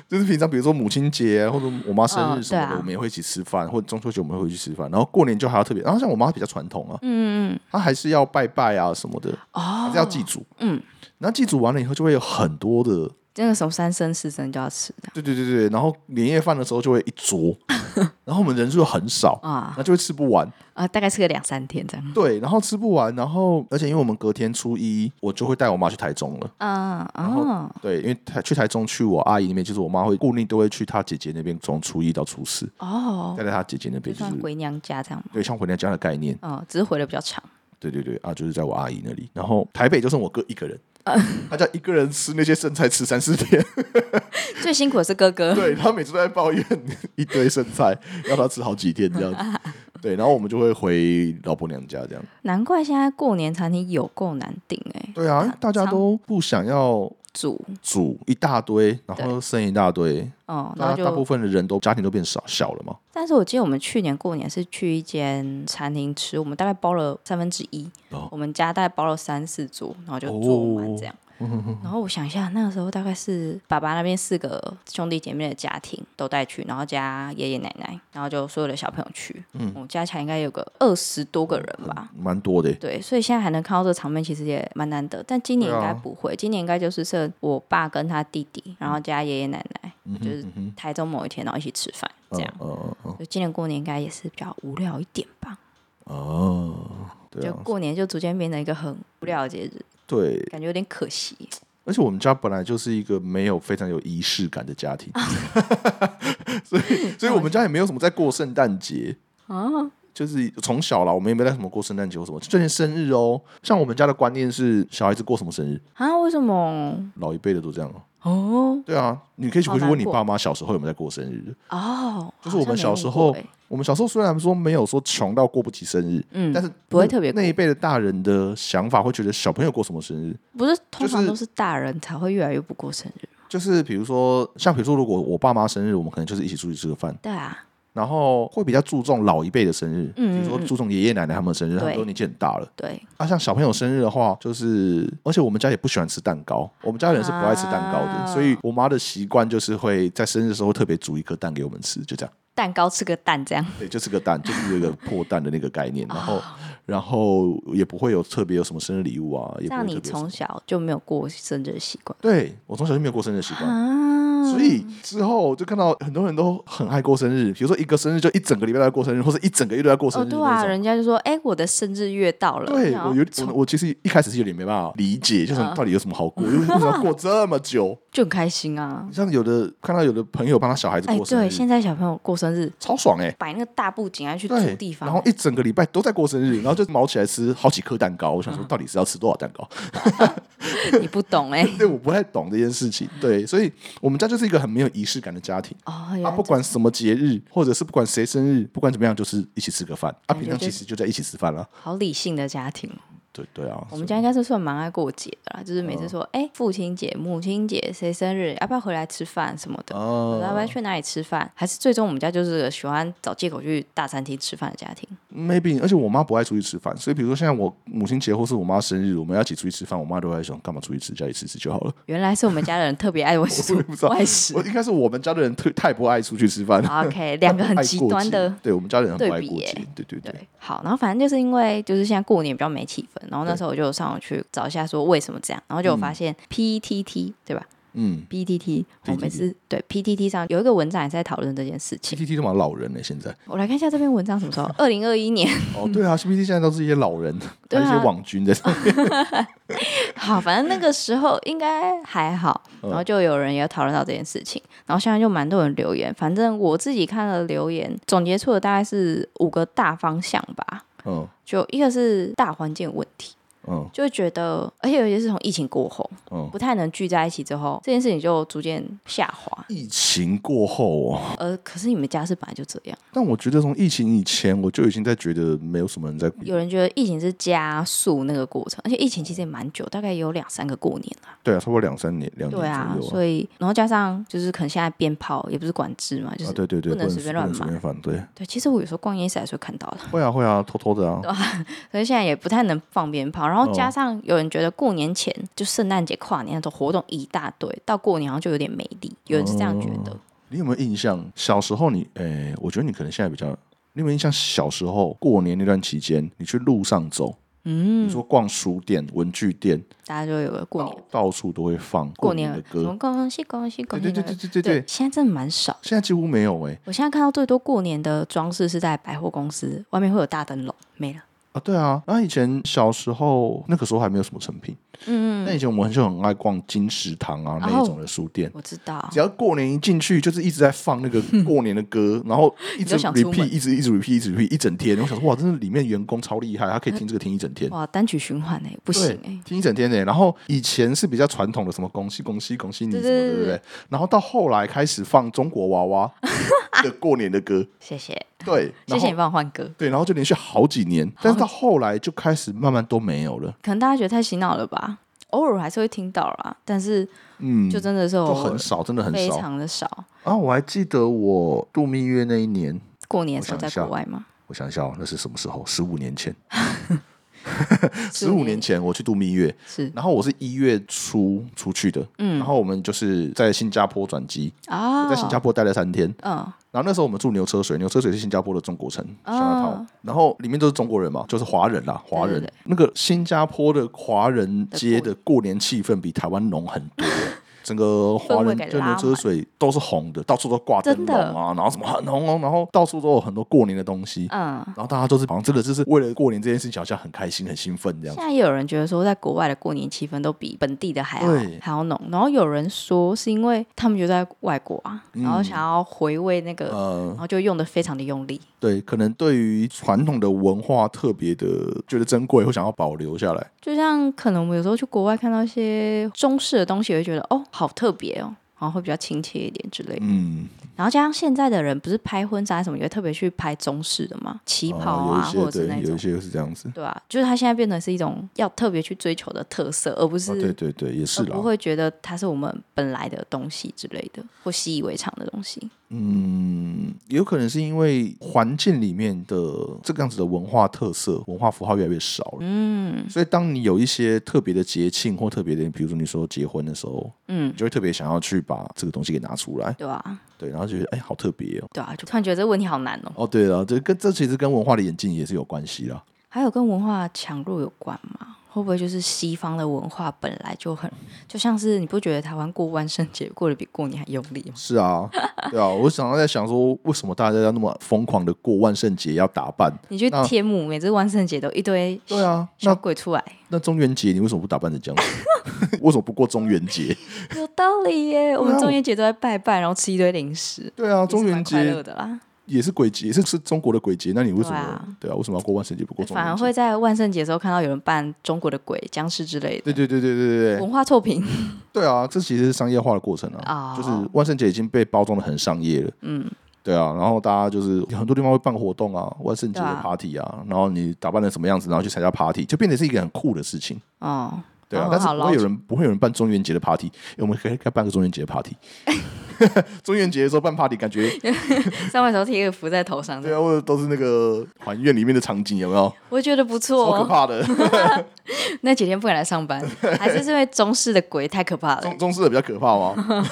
[SPEAKER 2] 就是平常比如说母亲节啊或者我妈生日什
[SPEAKER 1] 嗯
[SPEAKER 2] 么的，
[SPEAKER 1] 对啊
[SPEAKER 2] 我们也会一起吃饭，或者中秋节我们也会去吃饭，然后过年就还要特别，然后像我妈比较传统啊，
[SPEAKER 1] 嗯，
[SPEAKER 2] 她还是要拜拜啊什么的，还
[SPEAKER 1] 哦
[SPEAKER 2] 是，要祭祖，
[SPEAKER 1] 嗯，
[SPEAKER 2] 然后祭祖完了以后就会有很多的
[SPEAKER 1] 那个什么三生四生就要吃的
[SPEAKER 2] 对对对对，然后年夜饭的时候就会一 桌，然后我们人数又很少，
[SPEAKER 1] 啊
[SPEAKER 2] 那就会吃不完。
[SPEAKER 1] 啊，大概吃个两三天这样。
[SPEAKER 2] 对，然后吃不完，然后而且因为我们隔天初一，我就会带我妈去台中了。
[SPEAKER 1] 嗯哦
[SPEAKER 2] 对，因为台去台中去我阿姨那边，就是我妈会固定都会去她姐姐那边，从初一到初四，
[SPEAKER 1] 哦，
[SPEAKER 2] 待在她姐姐那
[SPEAKER 1] 就
[SPEAKER 2] 边，就
[SPEAKER 1] 算
[SPEAKER 2] 是
[SPEAKER 1] 回娘家这样嘛。
[SPEAKER 2] 对像回娘家的概念。
[SPEAKER 1] 哦，只是回的比较长。
[SPEAKER 2] 对对对啊，就是在我阿姨那里。然后台北就剩我哥一个人，
[SPEAKER 1] 啊
[SPEAKER 2] 他叫一个人吃那些剩菜吃三四天，
[SPEAKER 1] 最辛苦的是哥 哥。
[SPEAKER 2] 对他每次都在抱怨一堆剩菜，要他吃好几天这样子。 对，然后我们就会回老婆娘家这样。
[SPEAKER 1] 难怪现在过年餐厅有够难订哎、
[SPEAKER 2] 对啊
[SPEAKER 1] 大，
[SPEAKER 2] 大家都不想要
[SPEAKER 1] 煮，
[SPEAKER 2] 煮一大堆，然后剩一大堆，
[SPEAKER 1] 嗯，然
[SPEAKER 2] 大
[SPEAKER 1] 后
[SPEAKER 2] 啊大部
[SPEAKER 1] 就。
[SPEAKER 2] 分的人都家庭都变少小了嘛。
[SPEAKER 1] 但是我记得我们去年过年是去一间餐厅吃，我们大概包了三分之一
[SPEAKER 2] 哦，
[SPEAKER 1] 我们家大概包了三四桌，然后就坐满这样。
[SPEAKER 2] 哦
[SPEAKER 1] 然后我想一下，那个时候大概是爸爸那边四个兄弟姐妹的家庭都带去，然后加爷爷奶奶，然后就所有的小朋友去，嗯，我加起来应该有个二十多个人吧。
[SPEAKER 2] 蛮多的欸、
[SPEAKER 1] 对，所以现在还能看到这个场面，其实也蛮难得。但今年
[SPEAKER 2] 对
[SPEAKER 1] 应
[SPEAKER 2] 啊
[SPEAKER 1] 该不会，今年应该就是剩我爸跟他弟弟，然后加爷爷奶奶，就是台中某一天，然后一起吃饭这样。
[SPEAKER 2] 嗯嗯
[SPEAKER 1] 就今年过年应该也是比较无聊一点吧，
[SPEAKER 2] 嗯，哦，对
[SPEAKER 1] 就
[SPEAKER 2] 啊，
[SPEAKER 1] 过年就逐渐变成一个很无聊的节日，
[SPEAKER 2] 对，
[SPEAKER 1] 感觉有点可惜。
[SPEAKER 2] 而且我们家本来就是一个没有非常有仪式感 的家庭，所以所以我们家也没有什么在过圣诞节
[SPEAKER 1] 哦
[SPEAKER 2] 啊。就是从小啦，我们也没在什么过圣诞节或什么，就连生日哦。像我们家的观念是，小孩子过什么生日，
[SPEAKER 1] 啊，为什么？
[SPEAKER 2] 老一辈的都这样哦。
[SPEAKER 1] 哦
[SPEAKER 2] 对啊，你可以去
[SPEAKER 1] 好
[SPEAKER 2] 回去问
[SPEAKER 1] 难
[SPEAKER 2] 你
[SPEAKER 1] 过
[SPEAKER 2] 爸妈小时候有没有在过生日。
[SPEAKER 1] 哦，
[SPEAKER 2] 就是我们小时
[SPEAKER 1] 好像
[SPEAKER 2] 候
[SPEAKER 1] 没问过欸
[SPEAKER 2] 我们小时候虽然说没有说穷到过不起生日，
[SPEAKER 1] 嗯，
[SPEAKER 2] 但是
[SPEAKER 1] 不会特别
[SPEAKER 2] 那一辈的大人的想法会觉得小朋友过什么生日，
[SPEAKER 1] 不是通
[SPEAKER 2] 就
[SPEAKER 1] 常
[SPEAKER 2] 是
[SPEAKER 1] 都是大人才会越来越不过生日。
[SPEAKER 2] 就是比如说像比如说如果我爸妈生日，我们可能就是一起出去吃个饭，
[SPEAKER 1] 对啊，
[SPEAKER 2] 然后会比较注重老一辈的生日，
[SPEAKER 1] 嗯
[SPEAKER 2] 比如说注重爷爷奶奶他们的生日，他们
[SPEAKER 1] 对
[SPEAKER 2] 都年纪很大了。
[SPEAKER 1] 对，
[SPEAKER 2] 啊，像小朋友生日的话，就是而且我们家也不喜欢吃蛋糕，我们家人是不爱吃蛋糕的，
[SPEAKER 1] 啊
[SPEAKER 2] 所以我妈的习惯就是会在生日的时候特别煮一颗蛋给我们吃，就这样。
[SPEAKER 1] 蛋糕吃个蛋这样。
[SPEAKER 2] 对，就是个蛋，就是有一个破蛋的那个概念，然
[SPEAKER 1] 哦
[SPEAKER 2] 后，然后也不会有特别有什么生日礼物啊，也不
[SPEAKER 1] 这
[SPEAKER 2] 会
[SPEAKER 1] 样
[SPEAKER 2] 特别
[SPEAKER 1] 你
[SPEAKER 2] 有什么
[SPEAKER 1] 从小就没有过生日的习惯
[SPEAKER 2] 对我从小就没有过生日的习惯，
[SPEAKER 1] 啊
[SPEAKER 2] 所以之后就看到很多人都很爱过生日，比如说一个生日就一整个礼拜都在过生日，或者一整个月都在过生
[SPEAKER 1] 哦，
[SPEAKER 2] 日那
[SPEAKER 1] 对
[SPEAKER 2] 种。
[SPEAKER 1] 啊，人啊家就说，哎，我的生日月到了。
[SPEAKER 2] 对
[SPEAKER 1] 然后
[SPEAKER 2] 我有我我其实一开始是有点没办法理解，就是
[SPEAKER 1] 嗯
[SPEAKER 2] 到底有什么好过，因为为什么要过这么久？
[SPEAKER 1] 就很开心啊。
[SPEAKER 2] 像有的看到有的朋友帮他小孩子
[SPEAKER 1] 哎，
[SPEAKER 2] 过生
[SPEAKER 1] 对，
[SPEAKER 2] 日，
[SPEAKER 1] 现在小朋友过生日，
[SPEAKER 2] 超爽哎、
[SPEAKER 1] 摆那个大布景啊去
[SPEAKER 2] 对
[SPEAKER 1] 住地，方
[SPEAKER 2] 然后
[SPEAKER 1] 欸，
[SPEAKER 2] 一整个礼拜都在过生日，然后就毛起来吃好几颗蛋糕。我想
[SPEAKER 1] 嗯
[SPEAKER 2] 说，到底是要吃多少蛋糕？
[SPEAKER 1] 你不懂哎、
[SPEAKER 2] 对，我不太懂这件事情。对，所以我们家就是一个很没有仪式感的家庭。
[SPEAKER 1] 哦，原
[SPEAKER 2] 啊，
[SPEAKER 1] 来
[SPEAKER 2] 不管什么节日，或者是不管谁生日，不管怎么样，就是一起吃个饭。啊，
[SPEAKER 1] 感觉
[SPEAKER 2] 平常其
[SPEAKER 1] 就是
[SPEAKER 2] 实就在一起吃饭了。啊
[SPEAKER 1] 好理性的家庭哦。
[SPEAKER 2] 对对啊，
[SPEAKER 1] 我们家应该是算蛮爱过节的啦，就是每
[SPEAKER 2] 嗯
[SPEAKER 1] 次说，哎、父亲节、母亲节，谁生日，要不要回来吃饭什么的，
[SPEAKER 2] 哦
[SPEAKER 1] 要不要去哪里吃饭，还是最终我们家就是个喜欢找借口去大餐厅吃饭的家庭。
[SPEAKER 2] maybe，而且我妈不爱出去吃饭，所以比如说现在我母亲节或是我妈生日，我们要一起出去吃饭，我妈都在想干嘛出去吃，家里吃吃就好了。
[SPEAKER 1] 原来是我们家的人特别爱 外食
[SPEAKER 2] 我也不知道
[SPEAKER 1] 外食
[SPEAKER 2] 我。应该是我们家的人太太不爱出去吃饭了，
[SPEAKER 1] OK，两啊个很
[SPEAKER 2] 爱
[SPEAKER 1] 极
[SPEAKER 2] 过
[SPEAKER 1] 端
[SPEAKER 2] 节
[SPEAKER 1] 的
[SPEAKER 2] 对我们家人很
[SPEAKER 1] 对
[SPEAKER 2] 不爱
[SPEAKER 1] 比
[SPEAKER 2] 过
[SPEAKER 1] 耶
[SPEAKER 2] 节，对对对，
[SPEAKER 1] 对，好，然后反正就是因为就是现在过年比较没气氛，然后那时候我就上网去找一下说为什么这样，然后就有发现 PTT、对吧
[SPEAKER 2] 嗯
[SPEAKER 1] ？PTT 我
[SPEAKER 2] PTT
[SPEAKER 1] 们是对 PTT 上有一个文章也在讨论这件事情。
[SPEAKER 2] ，PPT 都蛮老人呢、现在。
[SPEAKER 1] 我来看一下这篇文章什么时候？ 二零二一年。
[SPEAKER 2] 哦，对啊，CPT 现在都是一些老人，还
[SPEAKER 1] 对
[SPEAKER 2] 有一些
[SPEAKER 1] 啊
[SPEAKER 2] 网军 在上面。
[SPEAKER 1] 好，反正那个时候应该还好，
[SPEAKER 2] 嗯
[SPEAKER 1] 然后就有人也讨论到这件事情，然后现在就蛮多人留言，反正我自己看了留言，总结出的大概是五个大方向吧。
[SPEAKER 2] 嗯
[SPEAKER 1] 就一个是大环境问题，
[SPEAKER 2] 嗯
[SPEAKER 1] 就会觉得，而且尤其是从疫情过后，
[SPEAKER 2] 嗯，
[SPEAKER 1] 不太能聚在一起之后，这件事情就逐渐下滑。
[SPEAKER 2] 疫情过后哦，
[SPEAKER 1] 呃，可是你们家是本来就这样，
[SPEAKER 2] 但我觉得从疫情以前，我就已经在觉得没有什么人在
[SPEAKER 1] 有人觉得疫情是加速那个过程，而且疫情其实也蛮久，大概有两三个过年了。
[SPEAKER 2] 对啊，差不多两三年，两年
[SPEAKER 1] 对啊，
[SPEAKER 2] 左右啊。
[SPEAKER 1] 所以然后加上就是可能现在鞭炮也不是管制嘛，就是、
[SPEAKER 2] 啊，对对对，
[SPEAKER 1] 不
[SPEAKER 2] 不
[SPEAKER 1] 能
[SPEAKER 2] 能
[SPEAKER 1] 随便乱
[SPEAKER 2] 不能随
[SPEAKER 1] 买
[SPEAKER 2] 便放，对，
[SPEAKER 1] 对，其实我有时候逛夜市还是会看到的，
[SPEAKER 2] 会啊会啊，偷偷的啊，
[SPEAKER 1] 所以现在也不太能放鞭炮。然后
[SPEAKER 2] 哦
[SPEAKER 1] 加上有人觉得过年前就圣诞节、跨年那种活动一大堆，到过年好像就有点没力，有人是这样觉得。
[SPEAKER 2] 你有没有印象？小时候你，诶、我觉得你可能现在比较，你有没有印象？小时候过年那段期间，你去路上走，嗯，你说逛书店、文具店，
[SPEAKER 1] 大家就有个过年
[SPEAKER 2] 到处都会放
[SPEAKER 1] 过
[SPEAKER 2] 哦年的
[SPEAKER 1] 年什么
[SPEAKER 2] 歌，
[SPEAKER 1] 恭喜恭喜恭
[SPEAKER 2] 对
[SPEAKER 1] 喜，
[SPEAKER 2] 对对对对对对，
[SPEAKER 1] 现在真的蛮少。
[SPEAKER 2] 现在几乎没有诶。
[SPEAKER 1] 我现在看到最多过年的装饰是在百货公司外面会有大灯笼，没了。
[SPEAKER 2] 啊，对啊，然后以前小时候那个时候还没有什么成品，嗯，那以前我们就很爱逛金石堂啊那一种的书店，
[SPEAKER 1] 我知道
[SPEAKER 2] 只，要过年一进去，就是一直在放那个过年的歌，然后一直
[SPEAKER 1] 你就想出
[SPEAKER 2] repeat，
[SPEAKER 1] 门
[SPEAKER 2] 一直一直 repeat，一直 repeat 一整天。我想说，哇，真的里面员工超厉害，他可以听这个听一整天。
[SPEAKER 1] 哇，单曲循环哎、嗯不行
[SPEAKER 2] 对
[SPEAKER 1] 哎、，
[SPEAKER 2] 听一整天呢、欸然后以前是比较传统的，什么恭喜恭喜恭喜你什
[SPEAKER 1] 对
[SPEAKER 2] 么的，
[SPEAKER 1] 对
[SPEAKER 2] 对不
[SPEAKER 1] 对
[SPEAKER 2] 对？然后到后来开始放中国娃娃的过年的歌，
[SPEAKER 1] 谢谢，
[SPEAKER 2] 对，
[SPEAKER 1] 谢
[SPEAKER 2] 然
[SPEAKER 1] 谢
[SPEAKER 2] 后
[SPEAKER 1] 你帮我换歌。
[SPEAKER 2] 对，然后就连续好几年，但是到后来就开始慢慢都没有了。
[SPEAKER 1] 可能大家觉得太洗脑了吧？偶尔还是会听到啦，但是
[SPEAKER 2] 嗯，
[SPEAKER 1] 就真的是偶
[SPEAKER 2] 就
[SPEAKER 1] 尔
[SPEAKER 2] 很少，真的很
[SPEAKER 1] 哦非
[SPEAKER 2] 少
[SPEAKER 1] 常的少。
[SPEAKER 2] 啊！我还记得我度蜜月那一年，
[SPEAKER 1] 过年的时候
[SPEAKER 2] 我想
[SPEAKER 1] 在
[SPEAKER 2] 一下
[SPEAKER 1] 国外嘛，
[SPEAKER 2] 我想一下、哦，那是什么时候？十五 年前，十
[SPEAKER 1] 15
[SPEAKER 2] 五年前我去度蜜月，
[SPEAKER 1] 是
[SPEAKER 2] 然后我是一月初出去的，嗯，然后我们就是在新加坡转机，
[SPEAKER 1] 啊，
[SPEAKER 2] 我在新加坡待了三天，
[SPEAKER 1] 嗯
[SPEAKER 2] 然后那时候我们住牛车水，牛车水是新加坡的中国城，
[SPEAKER 1] 哦
[SPEAKER 2] 小淘，然后里面都是中国人嘛，就是华人啦，华人
[SPEAKER 1] 对对对
[SPEAKER 2] 那个新加坡的华人街的过年气氛比台湾浓很 多。整个华
[SPEAKER 1] 氛
[SPEAKER 2] 人
[SPEAKER 1] 围给
[SPEAKER 2] 就
[SPEAKER 1] 拉
[SPEAKER 2] 牛
[SPEAKER 1] 满
[SPEAKER 2] 车水都是红的，到处都挂灯
[SPEAKER 1] 真
[SPEAKER 2] 笼
[SPEAKER 1] 的
[SPEAKER 2] 啊，然后什么很红红，然后到处都有很多过年的东西，
[SPEAKER 1] 嗯。
[SPEAKER 2] 然后大家都是好像真的就是为了过年这件事情，好像很开心、很兴奋这样
[SPEAKER 1] 现。在也有人觉得说，在国外的过年气氛都比本地的还要
[SPEAKER 2] 对
[SPEAKER 1] 还要浓。然后有人说，是因为他们就在外国啊，
[SPEAKER 2] 嗯
[SPEAKER 1] 然后想要回味那个，
[SPEAKER 2] 呃
[SPEAKER 1] 然，后就用的非常的用力。
[SPEAKER 2] 对，可能对于传统的文化特别的觉得珍贵，会想要保留下来。
[SPEAKER 1] 就像可能我们有时候去国外看到一些中式的东西，会觉得哦，好特别哦，然后会比较亲切一点之类的。
[SPEAKER 2] 嗯，
[SPEAKER 1] 然后加上现在的人不是拍婚纱什么，也会特别去拍中式的嘛，旗袍啊，
[SPEAKER 2] 哦有
[SPEAKER 1] 或
[SPEAKER 2] 一
[SPEAKER 1] 者是
[SPEAKER 2] 些
[SPEAKER 1] 那
[SPEAKER 2] 对，有一
[SPEAKER 1] 种，
[SPEAKER 2] 些是这样子。
[SPEAKER 1] 对啊，就是它现在变成是一种要特别去追求的特色，而不是、
[SPEAKER 2] 啊，对对对，也是
[SPEAKER 1] 而
[SPEAKER 2] 啦
[SPEAKER 1] 不。会觉得它是我们本来的东西之类的，或习以为常的东西。
[SPEAKER 2] 嗯，有可能是因为环境里面的这个样子的文化特色、文化符号越来越少了。
[SPEAKER 1] 嗯
[SPEAKER 2] 所以，当你有一些特别的节庆或特别的，比如说你说结婚的时候，
[SPEAKER 1] 嗯
[SPEAKER 2] 你，就会特别想要去把这个东西给拿出来，
[SPEAKER 1] 对啊，
[SPEAKER 2] 对，然后就觉得哎，好特别哦。
[SPEAKER 1] 对啊，就突然觉得这个问题好难哦。
[SPEAKER 2] 哦，对了，这跟这其实跟文化的演进也是有关系啦。
[SPEAKER 1] 还有跟文化强弱有关吗？会不会就是西方的文化本来就很，就像是你不觉得台湾过万圣节过得比过年还用力吗？
[SPEAKER 2] 是啊，对啊，我常常在想说，为什么大家要那么疯狂的过万圣节要打扮？
[SPEAKER 1] 你去
[SPEAKER 2] 那
[SPEAKER 1] 天母，每次万圣节都一堆
[SPEAKER 2] 对啊，
[SPEAKER 1] 小
[SPEAKER 2] 那
[SPEAKER 1] 鬼出来，
[SPEAKER 2] 那中元节你为什么不打扮成这样子？ 为什么不过中元节？
[SPEAKER 1] 有道理耶！我
[SPEAKER 2] 对
[SPEAKER 1] 们
[SPEAKER 2] 啊
[SPEAKER 1] 中元节都在拜拜，然后吃一堆零食，
[SPEAKER 2] 对啊，
[SPEAKER 1] 也是
[SPEAKER 2] 中元
[SPEAKER 1] 蛮快
[SPEAKER 2] 节
[SPEAKER 1] 乐的啦。
[SPEAKER 2] 也是鬼节，也是是中国的鬼节，那你为什么
[SPEAKER 1] 对啊
[SPEAKER 2] 对啊？为什么要过万圣节不过中
[SPEAKER 1] 反而
[SPEAKER 2] 元节？
[SPEAKER 1] 会在万圣节的时候看到有人扮中国的鬼、僵尸之类的
[SPEAKER 2] 对对对对对对对
[SPEAKER 1] 文化作 品。
[SPEAKER 2] 对啊！这其实是商业化的过程啊，
[SPEAKER 1] 哦
[SPEAKER 2] 就是万圣节已经被包装的很商业了，
[SPEAKER 1] 嗯，
[SPEAKER 2] 对啊。然后大家就是很多地方会办活动啊，万圣节
[SPEAKER 1] 对
[SPEAKER 2] 的
[SPEAKER 1] 啊
[SPEAKER 2] party 啊，然后你打扮成什么样子，然后去参加 party，就变成是一个很酷的事情，
[SPEAKER 1] 哦，
[SPEAKER 2] 对啊。
[SPEAKER 1] 然后
[SPEAKER 2] 但是
[SPEAKER 1] 好
[SPEAKER 2] 不会
[SPEAKER 1] 捞
[SPEAKER 2] 有人不会有人办中元节的 party，诶我们可以该办个中元节 的 party。中元节的时候办 party，感觉
[SPEAKER 1] 上班时候贴个符在头上，
[SPEAKER 2] 对啊，或者都是那个还愿里面的场景，有没有？
[SPEAKER 1] 我觉得不错、
[SPEAKER 2] 超可
[SPEAKER 1] 哦。
[SPEAKER 2] 怕的。
[SPEAKER 1] 那几天不敢来 上班，还是是因为中式的鬼太可怕了
[SPEAKER 2] 中，中式的比较可怕吗？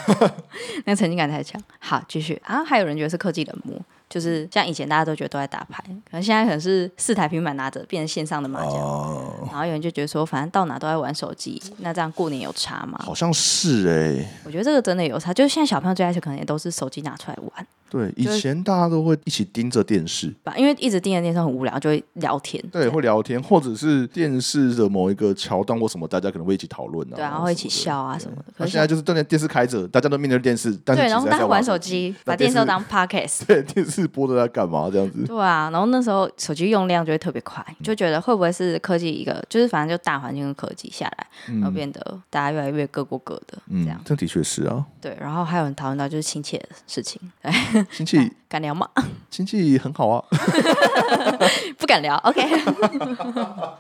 [SPEAKER 1] 那沉浸感太强。好，继续。然后还有人觉得是科技冷漠，就是像以前大家都觉得都在打牌，可能现在可能是四台平板拿着变成线上的麻将。
[SPEAKER 2] 哦，
[SPEAKER 1] 然后有人就觉得说，反正到哪都在玩手机，那这样过年有差吗？
[SPEAKER 2] 好像是哎、
[SPEAKER 1] 我觉得这个真的有差，就是现在小朋友最开始可能也都是手机拿出来玩
[SPEAKER 2] 对，以
[SPEAKER 1] 就是
[SPEAKER 2] 前大家都会一起盯着电视，
[SPEAKER 1] 吧，因为一直盯着电视很无聊，就会聊天。
[SPEAKER 2] 对，会聊天，或者是电视的某一个桥段或什么，大家可能会一起讨论啊，
[SPEAKER 1] 对啊，然后会一起。笑啊什么的。
[SPEAKER 2] 那
[SPEAKER 1] 可是
[SPEAKER 2] 现在就是真的电视开着，大家都面对电视，但是
[SPEAKER 1] 对，然
[SPEAKER 2] 其实
[SPEAKER 1] 后
[SPEAKER 2] 还
[SPEAKER 1] 大
[SPEAKER 2] 在
[SPEAKER 1] 家玩手
[SPEAKER 2] 手
[SPEAKER 1] 机，
[SPEAKER 2] 把
[SPEAKER 1] 把电视都
[SPEAKER 2] 电
[SPEAKER 1] 当 podcast。
[SPEAKER 2] 对，电视播着在干嘛这样子？
[SPEAKER 1] 对啊，然后那时候手机用量就会特别快，就觉得会不会是科技一个，就是反正就大环境跟科技下来，然后
[SPEAKER 2] 嗯
[SPEAKER 1] 变得大家越来越各过各的这样。
[SPEAKER 2] 这的确是 啊，
[SPEAKER 1] 对，然后还有人讨论到就是亲切的事情，哎，
[SPEAKER 2] 亲戚
[SPEAKER 1] 敢聊吗？
[SPEAKER 2] 亲戚很好啊，
[SPEAKER 1] 不敢 聊，OK。好，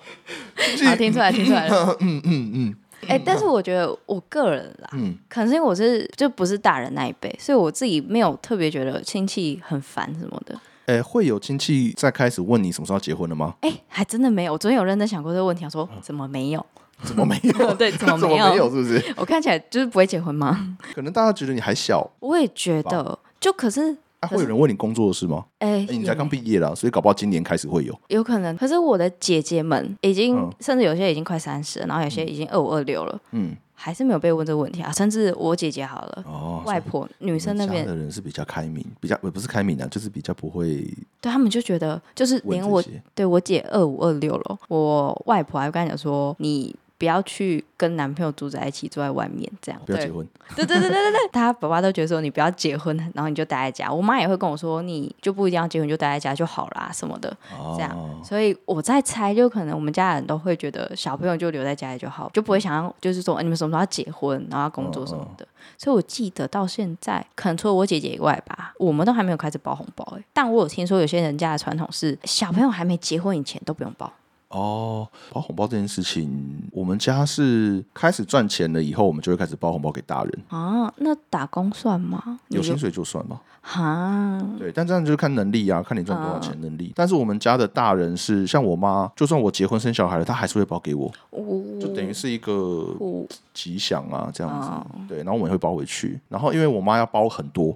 [SPEAKER 1] 听出来，听出来 了。嗯嗯嗯。哎、但是我觉得我个人啦，
[SPEAKER 2] 嗯
[SPEAKER 1] 可能是因为我是就不是大人那一辈，所以我自己没有特别觉得亲戚很烦什么的。
[SPEAKER 2] 哎，会有亲戚在开始问你什么时候要结婚了吗？
[SPEAKER 1] 哎、还真的没有。我昨天有认真想过这个问题，我说怎么没 有？
[SPEAKER 2] 怎么没有？
[SPEAKER 1] 对，嗯怎么
[SPEAKER 2] 怎
[SPEAKER 1] 没
[SPEAKER 2] 么没
[SPEAKER 1] 有
[SPEAKER 2] 有？？是不是？
[SPEAKER 1] 我看起来就是不会结婚吗？
[SPEAKER 2] 可能大家觉得你还小，
[SPEAKER 1] 我也觉得，就可是，
[SPEAKER 2] 啊，
[SPEAKER 1] 可
[SPEAKER 2] 会有人问你工作的事吗？
[SPEAKER 1] 哎、
[SPEAKER 2] 哎，你
[SPEAKER 1] 也
[SPEAKER 2] 才刚毕业啦，所以搞不好今年开始会有。
[SPEAKER 1] 有可能。可是我的姐姐们已经，
[SPEAKER 2] 嗯
[SPEAKER 1] 甚至有些已经快三十，然后有些已经二五二六了，
[SPEAKER 2] 嗯，
[SPEAKER 1] 还是没有被问这个问题啊。甚至我姐姐好了，
[SPEAKER 2] 哦，
[SPEAKER 1] 外婆女生那
[SPEAKER 2] 你们
[SPEAKER 1] 边
[SPEAKER 2] 家，的人是比较开明，比较也不是开明啊，就是比较不会
[SPEAKER 1] 对他们就觉得，就是
[SPEAKER 2] 问
[SPEAKER 1] 连我
[SPEAKER 2] 这些。
[SPEAKER 1] 对我姐二五二六了，我外婆还跟她讲说，你不要去跟男朋友住在一起，住在外面这样。
[SPEAKER 2] 不要
[SPEAKER 1] 对
[SPEAKER 2] 结婚，
[SPEAKER 1] 对对对对对对， 他爸爸都觉得说你不要结婚，然后你就待在家。我妈也会跟我说，你就不一定要结婚，你就待在家就好啦什么的。
[SPEAKER 2] 这
[SPEAKER 1] 样所以我在猜，就可能我们家人都会觉得小朋友就留在家里就好，就不会
[SPEAKER 2] 嗯
[SPEAKER 1] 想要就是说、哎你们什么时候要结婚，然后要工作什么的。所以我记得到现在，可能除了我姐姐以外吧，我们都还没有开始包红包、欸。但我有听说有些人家的传统是小朋友还没结婚以前都不用包。
[SPEAKER 2] 哦，包红包这件事情，我们家是开始赚钱了以后，我们就会开始包红包给大人。
[SPEAKER 1] 啊，那打工算吗？你
[SPEAKER 2] 有
[SPEAKER 1] 就
[SPEAKER 2] 薪水就算嘛，
[SPEAKER 1] 哈，
[SPEAKER 2] 对，但这样就是看能力啊，看你赚多少钱
[SPEAKER 1] 嗯
[SPEAKER 2] 能力。但是我们家的大人是像我妈，就算我结婚生小孩了，她还是会包给我，
[SPEAKER 1] 我
[SPEAKER 2] 就等于是一个
[SPEAKER 1] 我
[SPEAKER 2] 吉祥啊这样子。
[SPEAKER 1] 嗯哦
[SPEAKER 2] 对，然后我们也会包回去。然后因为我妈要包 很多，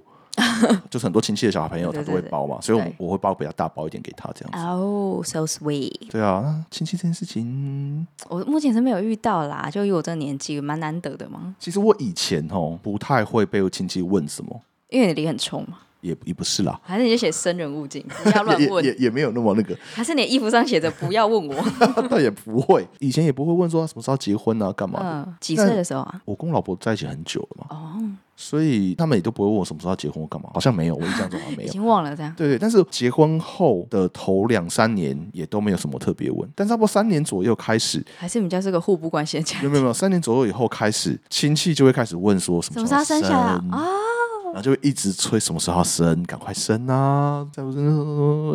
[SPEAKER 2] 就是很多亲戚的小朋友她
[SPEAKER 1] 对对
[SPEAKER 2] 都会
[SPEAKER 1] 对
[SPEAKER 2] 包嘛，所以我们
[SPEAKER 1] 对
[SPEAKER 2] 我会包比较大包一点给她这样子。
[SPEAKER 1] 哦，so sweet，
[SPEAKER 2] 对啊，那亲戚这件事情，
[SPEAKER 1] 我目前是没有遇到啦，就以我这个年纪，蛮难得的嘛，
[SPEAKER 2] 其实我以前哦不太会被亲戚问什么，
[SPEAKER 1] 因为你离很冲嘛，
[SPEAKER 2] 也也不是啦，
[SPEAKER 1] 还是你就写生人勿近，不要乱
[SPEAKER 2] 也也
[SPEAKER 1] 问，
[SPEAKER 2] 也没有那么那个，
[SPEAKER 1] 还是你的衣服上写着不要 问我，
[SPEAKER 2] 倒也不会，以前也不会问说什么时候要结婚啊，干嘛的。
[SPEAKER 1] 嗯，几岁的时候啊？
[SPEAKER 2] 我跟我老婆在一起很久了嘛，
[SPEAKER 1] 哦，
[SPEAKER 2] 所以他们也都不会问我什么时候要结婚或干嘛，好像没有，我印象中好像没
[SPEAKER 1] 已
[SPEAKER 2] 有。
[SPEAKER 1] 经忘了这样，
[SPEAKER 2] 对对，但是结婚后的头两三年也都没有什么特别问，但差不多三年左右开始，
[SPEAKER 1] 还是你们家是个互不关心的家
[SPEAKER 2] 没有没有没有，三年左右以后开始，亲戚就会开始问说什
[SPEAKER 1] 什么
[SPEAKER 2] 么
[SPEAKER 1] 时
[SPEAKER 2] 时候
[SPEAKER 1] 候
[SPEAKER 2] 要
[SPEAKER 1] 生
[SPEAKER 2] 生
[SPEAKER 1] 小孩啊？
[SPEAKER 2] 然后就会一直催什么时候要生，赶快生啊！再不生，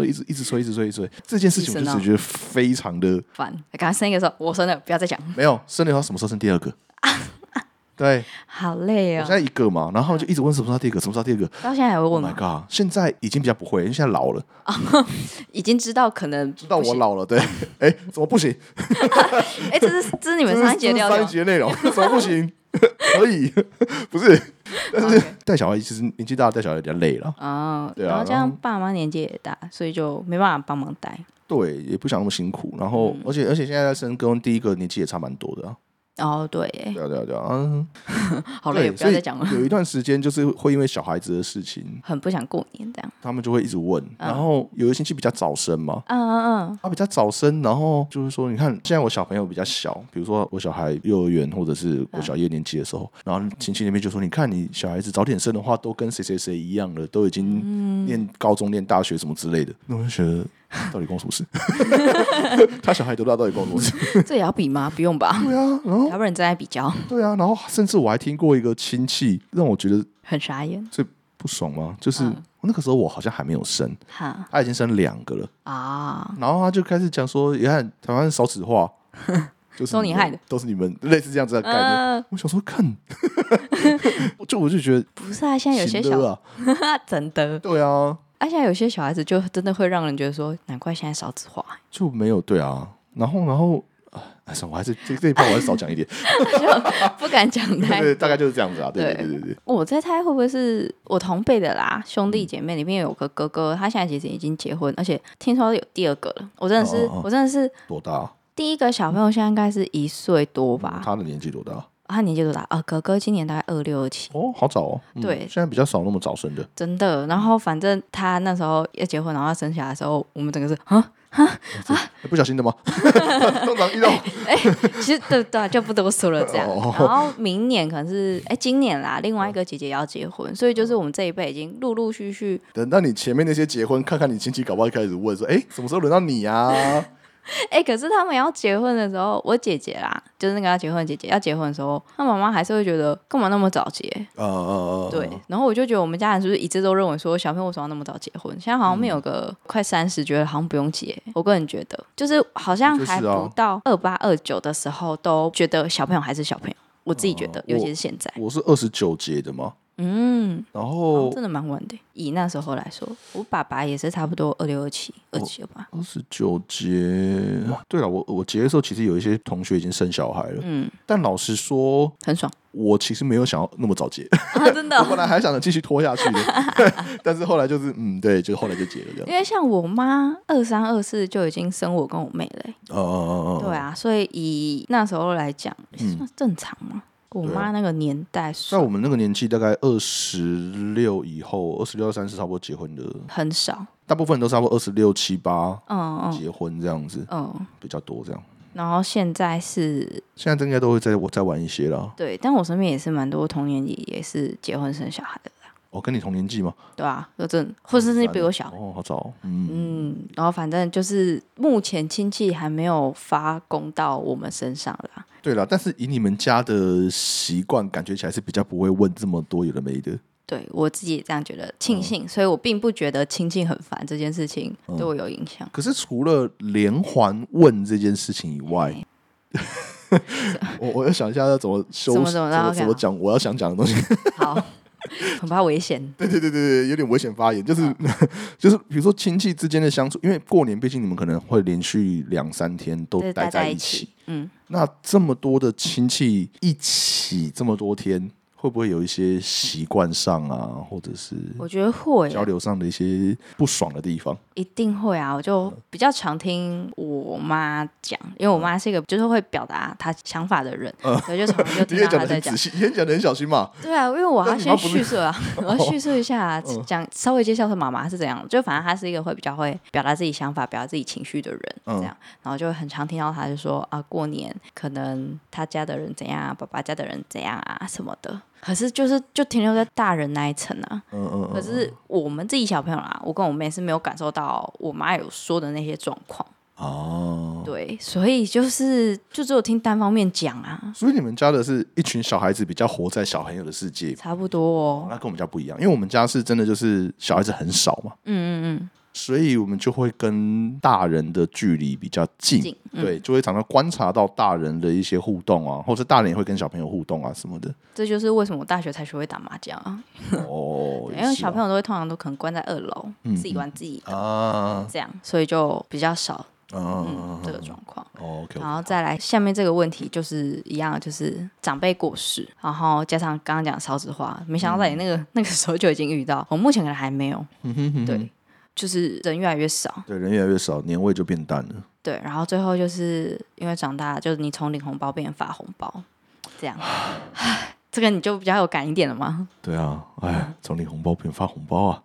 [SPEAKER 2] 一直一直催，一直催，一直催。这件事情我就是觉得非常的
[SPEAKER 1] 烦，赶快生一个说，我生了，不要再讲，
[SPEAKER 2] 没有生了以后什么时候生第二个？对，
[SPEAKER 1] 好累
[SPEAKER 2] 我
[SPEAKER 1] 哦
[SPEAKER 2] 现。在一个嘛，然后他们就一直问什么时候第二个，什么时候第二个。
[SPEAKER 1] 到现在还会
[SPEAKER 2] Oh
[SPEAKER 1] 问
[SPEAKER 2] my
[SPEAKER 1] 吗？
[SPEAKER 2] god！现在已经比较不会，因为现在老了，
[SPEAKER 1] 已经知道可能
[SPEAKER 2] 知道我老了，对。 哎，怎么不行？
[SPEAKER 1] 哎，这是这是你
[SPEAKER 2] 这
[SPEAKER 1] 们
[SPEAKER 2] 是
[SPEAKER 1] 上一节
[SPEAKER 2] 这是
[SPEAKER 1] 聊
[SPEAKER 2] 上一
[SPEAKER 1] 的
[SPEAKER 2] 集的内 容，怎么不行？ 可以，不是
[SPEAKER 1] 吗，OK
[SPEAKER 2] 带小孩，其实年纪大带小孩比较累了，
[SPEAKER 1] 哦，
[SPEAKER 2] 对啊
[SPEAKER 1] 然后这
[SPEAKER 2] 然
[SPEAKER 1] 样
[SPEAKER 2] 后
[SPEAKER 1] 爸妈年纪也大，所以就没办法帮忙带。
[SPEAKER 2] 对，也不想那么辛苦。然后，
[SPEAKER 1] 嗯
[SPEAKER 2] 而且而且现在生跟第一个年纪也差蛮多的啊，
[SPEAKER 1] 哦，对耶，
[SPEAKER 2] 对啊对啊对啊，嗯，
[SPEAKER 1] 好
[SPEAKER 2] 对
[SPEAKER 1] 累，不要
[SPEAKER 2] 所以
[SPEAKER 1] 再讲了，
[SPEAKER 2] 有一段时间就是会因为小孩子的事情，
[SPEAKER 1] 很不想过年这样。
[SPEAKER 2] 他们就会一直问。
[SPEAKER 1] 啊
[SPEAKER 2] 然后有的亲戚比较早生嘛，
[SPEAKER 1] 嗯嗯嗯，
[SPEAKER 2] 他比较早生，然后就是说，你看现在我小朋友比较小，比如说我小孩幼儿园或者是我小一二年级的时候，然后亲戚那边就说，你看你小孩子早点生的话，都跟谁谁谁一样了，都已经念高中、念大学什么之类的。嗯那我就觉得，到底关我什么事？ 他小孩多大，到底关我什么事？
[SPEAKER 1] 嗯 这也要比吗？不用吧，
[SPEAKER 2] 对啊，然后
[SPEAKER 1] 要不然真爱比较
[SPEAKER 2] 对啊，然后甚至我还听过一个亲戚让我觉得
[SPEAKER 1] 很傻眼。
[SPEAKER 2] 不爽吗？就是、那个时候我好像还没有生，
[SPEAKER 1] 哈
[SPEAKER 2] 他已经生两个了，
[SPEAKER 1] 啊，
[SPEAKER 2] 然后他就开始讲说，你看台湾少 子化，就是
[SPEAKER 1] 都
[SPEAKER 2] 你
[SPEAKER 1] 你
[SPEAKER 2] 们
[SPEAKER 1] 害的，
[SPEAKER 2] 都是你们类似这样子的概念。
[SPEAKER 1] 嗯，
[SPEAKER 2] 我想 说，看，我就我就觉得
[SPEAKER 1] 不是啊，现在有些
[SPEAKER 2] 行了
[SPEAKER 1] 小
[SPEAKER 2] 啊，
[SPEAKER 1] 真的，
[SPEAKER 2] 对啊，
[SPEAKER 1] 而且有些小孩子就真的会让人觉得说，难怪现在少子化，
[SPEAKER 2] 就没有对啊，然后然后。哎，算了我还是这这一趴我还是少讲一 点，
[SPEAKER 1] 不敢讲
[SPEAKER 2] 对
[SPEAKER 1] 太
[SPEAKER 2] 对，大概就是这样子啊，对对
[SPEAKER 1] 对
[SPEAKER 2] 对对 对，
[SPEAKER 1] 我在猜会不会是我同辈的啦，兄
[SPEAKER 2] 嗯
[SPEAKER 1] 弟姐妹里面有个哥哥，他现在其实已经结婚，而且听说有第二个了。我真的是，
[SPEAKER 2] 哦哦
[SPEAKER 1] 我真的是
[SPEAKER 2] 多大啊？
[SPEAKER 1] 第一个小朋友现在应该是一岁多吧，
[SPEAKER 2] 他的年纪多大啊？
[SPEAKER 1] 他年纪多大啊？哥哥今年大概二六二七，
[SPEAKER 2] 哦，好早哦，嗯
[SPEAKER 1] 对
[SPEAKER 2] 现在比较少那么早生的，
[SPEAKER 1] 真的。然后反正他那时候要结婚，然后要生小孩的时候，我们整个是啊，
[SPEAKER 2] 哎不小心的吗？ 通常 遇到
[SPEAKER 1] 哎其实对对啊、就不多说了这样。
[SPEAKER 2] 哦
[SPEAKER 1] 然后明年可能是哎今年啦，另外一个姐姐也要结婚，所以就是我们这一辈已经陆陆续续
[SPEAKER 2] 等到你前面那些结婚，看看你亲戚搞不好就开始问说，哎、什么时候轮到你啊？
[SPEAKER 1] 哎、可是他们要结婚的时候，我姐姐啦，就是那个要结婚的姐姐，要结婚的时候，她妈妈还是会觉得干嘛那么早结？
[SPEAKER 2] 呃呃，呃
[SPEAKER 1] 对，，然后我就觉得我们家人是不是一直都认为说小朋友为什么要那么早结婚？现在好像没有个快三十，觉得好像不用结。我个人觉得，就是好像
[SPEAKER 2] 的确是
[SPEAKER 1] 还
[SPEAKER 2] 啊
[SPEAKER 1] 不到二八二九的时候，都觉得小朋友还是小朋友。我自己觉得
[SPEAKER 2] 哦，
[SPEAKER 1] 尤其
[SPEAKER 2] 我
[SPEAKER 1] 是现在，
[SPEAKER 2] 我是二十九结的嘛，
[SPEAKER 1] 嗯，
[SPEAKER 2] 然
[SPEAKER 1] 好
[SPEAKER 2] 后
[SPEAKER 1] 像真的蛮晚的。以那时候来说，我爸爸也是差不多二六二七、二七吧。
[SPEAKER 2] 二十九结，对了，我我结的时候其实有一些同学已经生小孩了，
[SPEAKER 1] 嗯，
[SPEAKER 2] 但老实说，
[SPEAKER 1] 很爽
[SPEAKER 2] 我其实没有想要那么早结，
[SPEAKER 1] 啊，真的
[SPEAKER 2] 我。本来还想着继续拖下去 的，但是后来就是嗯，对，就后来就结了这样，
[SPEAKER 1] 因为像我妈二三二四就已经生我跟我妹了欸、
[SPEAKER 2] 呃呃呃，
[SPEAKER 1] 对啊，所以以那时候来讲，
[SPEAKER 2] 嗯
[SPEAKER 1] 算正常吗？我
[SPEAKER 2] 对啊
[SPEAKER 1] 妈那个年代算
[SPEAKER 2] 在我们那个年纪，大概二十六以后，二十六、三十差不多结婚的，
[SPEAKER 1] 很少，
[SPEAKER 2] 大部分都差不多二十六、七八
[SPEAKER 1] 嗯嗯
[SPEAKER 2] 结婚这样子，
[SPEAKER 1] 嗯，
[SPEAKER 2] 比较多这样。
[SPEAKER 1] 然后现在是
[SPEAKER 2] 现在应该都会再我再玩一些啦。
[SPEAKER 1] 对，但我身边也是蛮多同年纪也是结婚生小孩的，
[SPEAKER 2] 我、哦跟你同年纪吗？
[SPEAKER 1] 对啊，就真或者是比我小，
[SPEAKER 2] 哦，好早哦、嗯，
[SPEAKER 1] 嗯，然后反正就是目前亲戚还没有发功到我们身上啦，
[SPEAKER 2] 对了，但是以你们家的习惯，感觉起来是比较不会问这么多有的没的。
[SPEAKER 1] 对我自己也这样觉得庆
[SPEAKER 2] 哦
[SPEAKER 1] 幸，所以我并不觉得亲近很烦这件事情
[SPEAKER 2] 嗯
[SPEAKER 1] 对我有影 响。
[SPEAKER 2] 可是除了连环问这件事情以外， 我我要想一下要怎么修，
[SPEAKER 1] 怎
[SPEAKER 2] 怎
[SPEAKER 1] 哎么怎么怎么
[SPEAKER 2] 么怎么讲我要想讲的东西。
[SPEAKER 1] 好，很怕危险。
[SPEAKER 2] 对对对对对，有点危险发言，就是
[SPEAKER 1] 啊
[SPEAKER 2] 就是比如说亲戚之间的相处，因为过年毕竟你们可能会连续两三天都
[SPEAKER 1] 对，
[SPEAKER 2] 待
[SPEAKER 1] 待
[SPEAKER 2] 在
[SPEAKER 1] 在
[SPEAKER 2] 一
[SPEAKER 1] 一
[SPEAKER 2] 起
[SPEAKER 1] 起，，嗯，
[SPEAKER 2] 那这么多的亲戚一起这么多天，会不会有一些习惯上啊，或者是
[SPEAKER 1] 我觉得会啊
[SPEAKER 2] 交流上的一些不爽的地方？
[SPEAKER 1] 一定会啊！我就比较常听我妈讲，因为我妈是一个就是会表达她想法的人，所以就常常 就
[SPEAKER 2] 你
[SPEAKER 1] 听
[SPEAKER 2] 也
[SPEAKER 1] 到
[SPEAKER 2] 嗯讲
[SPEAKER 1] 她
[SPEAKER 2] 的
[SPEAKER 1] 在
[SPEAKER 2] 很
[SPEAKER 1] 讲
[SPEAKER 2] 仔。细，你也讲的很小心嘛。
[SPEAKER 1] 对啊，因为我
[SPEAKER 2] 那
[SPEAKER 1] 要
[SPEAKER 2] 你妈
[SPEAKER 1] 先
[SPEAKER 2] 不是哦
[SPEAKER 1] 叙述啊， 我要叙述一下啊，讲稍微介绍说妈妈是怎样。就反正她是一个会比较会表达自己想法、表达自己情绪的人，
[SPEAKER 2] 嗯
[SPEAKER 1] 这样，然后就很常听到她就说啊，过年可能她家的人怎样啊，爸爸家的人怎样啊什么的。可是就是就停留在大人那一层啊，
[SPEAKER 2] 嗯嗯
[SPEAKER 1] 可
[SPEAKER 2] 嗯，
[SPEAKER 1] 是我们自己小朋友啦，我跟我妹是没有感受到我妈有说的那些状况，
[SPEAKER 2] 哦，
[SPEAKER 1] 对，所以就是就只有听单方面讲啊，
[SPEAKER 2] 所以你们家的是一群小孩子比较活在小朋友的世界，
[SPEAKER 1] 差不多哦，
[SPEAKER 2] 那跟我们家不一样，因为我们家是真的就是小孩子很少嘛。
[SPEAKER 1] 嗯嗯
[SPEAKER 2] 所以我们就会跟大人的距离比较近，
[SPEAKER 1] 近嗯
[SPEAKER 2] 对，就会常常观察到大人的一些互动啊，或者大人也会跟小朋友互动啊什 么的。
[SPEAKER 1] 嗯，这就是为什么我大学才学会打麻将啊，
[SPEAKER 2] 哦，
[SPEAKER 1] 因为小朋
[SPEAKER 2] 友
[SPEAKER 1] 友都会通常都可能关在二楼，
[SPEAKER 2] 嗯
[SPEAKER 1] 自己玩自己的、
[SPEAKER 2] 啊，
[SPEAKER 1] 这样，所以就比较少
[SPEAKER 2] 嗯
[SPEAKER 1] 嗯这个状况。
[SPEAKER 2] ，OK，
[SPEAKER 1] 然后再来下面这个问题就是一样，就是长辈过世，然后加上刚刚讲少子化，没想到在
[SPEAKER 2] 嗯
[SPEAKER 1] 你那个、那个时候就已经遇到，我目前可能还没有，
[SPEAKER 2] 嗯
[SPEAKER 1] 对，就是人越来越少，
[SPEAKER 2] 对，人越来越少，年味就变淡了。
[SPEAKER 1] 对，然后最后就是因为长大，就是你从领红包变成发红包，这样， 唉这个你就比较有感一点了吗？
[SPEAKER 2] 对啊，
[SPEAKER 1] 嗯
[SPEAKER 2] 哎，从领红包变发红包啊！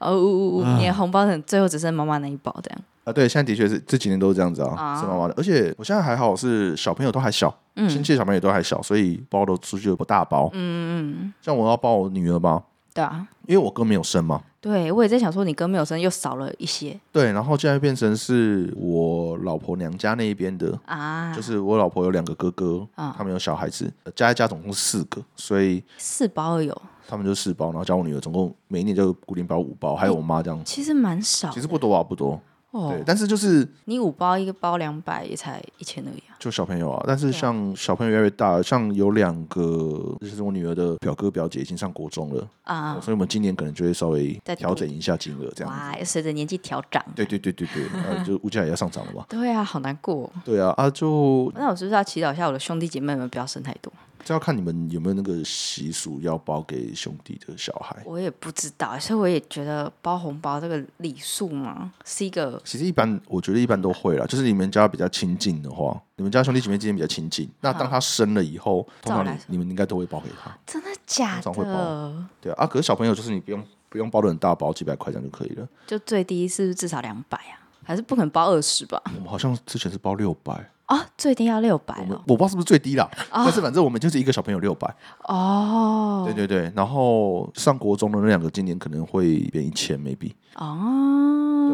[SPEAKER 1] 哦，呜呜呜你的红包等最后只剩妈妈那一包这样，
[SPEAKER 2] 啊，对，现在的确是这几年都是这样子啊，
[SPEAKER 1] 啊嗯
[SPEAKER 2] 是妈妈的。而且我现在还好，是小朋友都还小，亲戚的小朋友也都还小，所以包都出去都不大包。
[SPEAKER 1] 嗯嗯嗯，
[SPEAKER 2] 像我要包我女儿包，
[SPEAKER 1] 对啊，
[SPEAKER 2] 因为我哥没有生嘛，
[SPEAKER 1] 对我也在想说你哥没有生又少了一些
[SPEAKER 2] 对，然后现在变成是我老婆娘家那一边的，
[SPEAKER 1] 啊，
[SPEAKER 2] 就是我老婆有两个哥哥，
[SPEAKER 1] 啊
[SPEAKER 2] 他们有小孩子，呃加一加总共四个，所以
[SPEAKER 1] 四包而已哦，
[SPEAKER 2] 他们就四包，然后加我女儿，总共每一年就固定包五包，还有我妈这样，
[SPEAKER 1] 其实蛮少
[SPEAKER 2] 其实不多啊，不多，
[SPEAKER 1] 嗯哦
[SPEAKER 2] 对，，但是就是
[SPEAKER 1] 你五包一个包两百也才一千而已啊，
[SPEAKER 2] 就小朋友啊，但是像小朋友越来越大，像有两个就是我女儿的表哥表姐已经上国中了，
[SPEAKER 1] 啊
[SPEAKER 2] 所以我们今年可能就会稍微
[SPEAKER 1] 再
[SPEAKER 2] 调整一下金额哦这样子。
[SPEAKER 1] 哇，要随着年纪调涨。
[SPEAKER 2] 对对对对对，呃，就物价也要上涨了嘛。
[SPEAKER 1] 对啊，好难过、哦。
[SPEAKER 2] 对啊，啊就
[SPEAKER 1] 那我是不是要祈祷一下我的兄弟姐妹们不要生太多？
[SPEAKER 2] 这要看你们有没有那个习俗要包给兄弟的小孩。
[SPEAKER 1] 我也不知道，所以我也觉得包红包这个礼数嘛，是一个
[SPEAKER 2] 其实一般，我觉得一般都会啦。就是你们家比较亲近的话，你们家兄弟姐妹之间比较亲近，那当他生了以后，通
[SPEAKER 1] 照
[SPEAKER 2] 常
[SPEAKER 1] 来
[SPEAKER 2] 你
[SPEAKER 1] 说
[SPEAKER 2] 你们应该都会包给他，
[SPEAKER 1] 真的假
[SPEAKER 2] 通常会
[SPEAKER 1] 的？
[SPEAKER 2] 对啊。啊，可是小朋友就是你不用不用包的很大包，几百块这样就可以了。
[SPEAKER 1] 就最低是不是至少两百啊？还是不可能包二十吧？
[SPEAKER 2] 我们好像之前是包六百，
[SPEAKER 1] 啊，最低要六
[SPEAKER 2] 我
[SPEAKER 1] 百
[SPEAKER 2] 们
[SPEAKER 1] 了
[SPEAKER 2] 我不知道是不是最低啦，但是反正我们就是一个小朋友六百，
[SPEAKER 1] 哦
[SPEAKER 2] 对对对。然后上国中的那两个今年可能会变一千，maybe，对啊。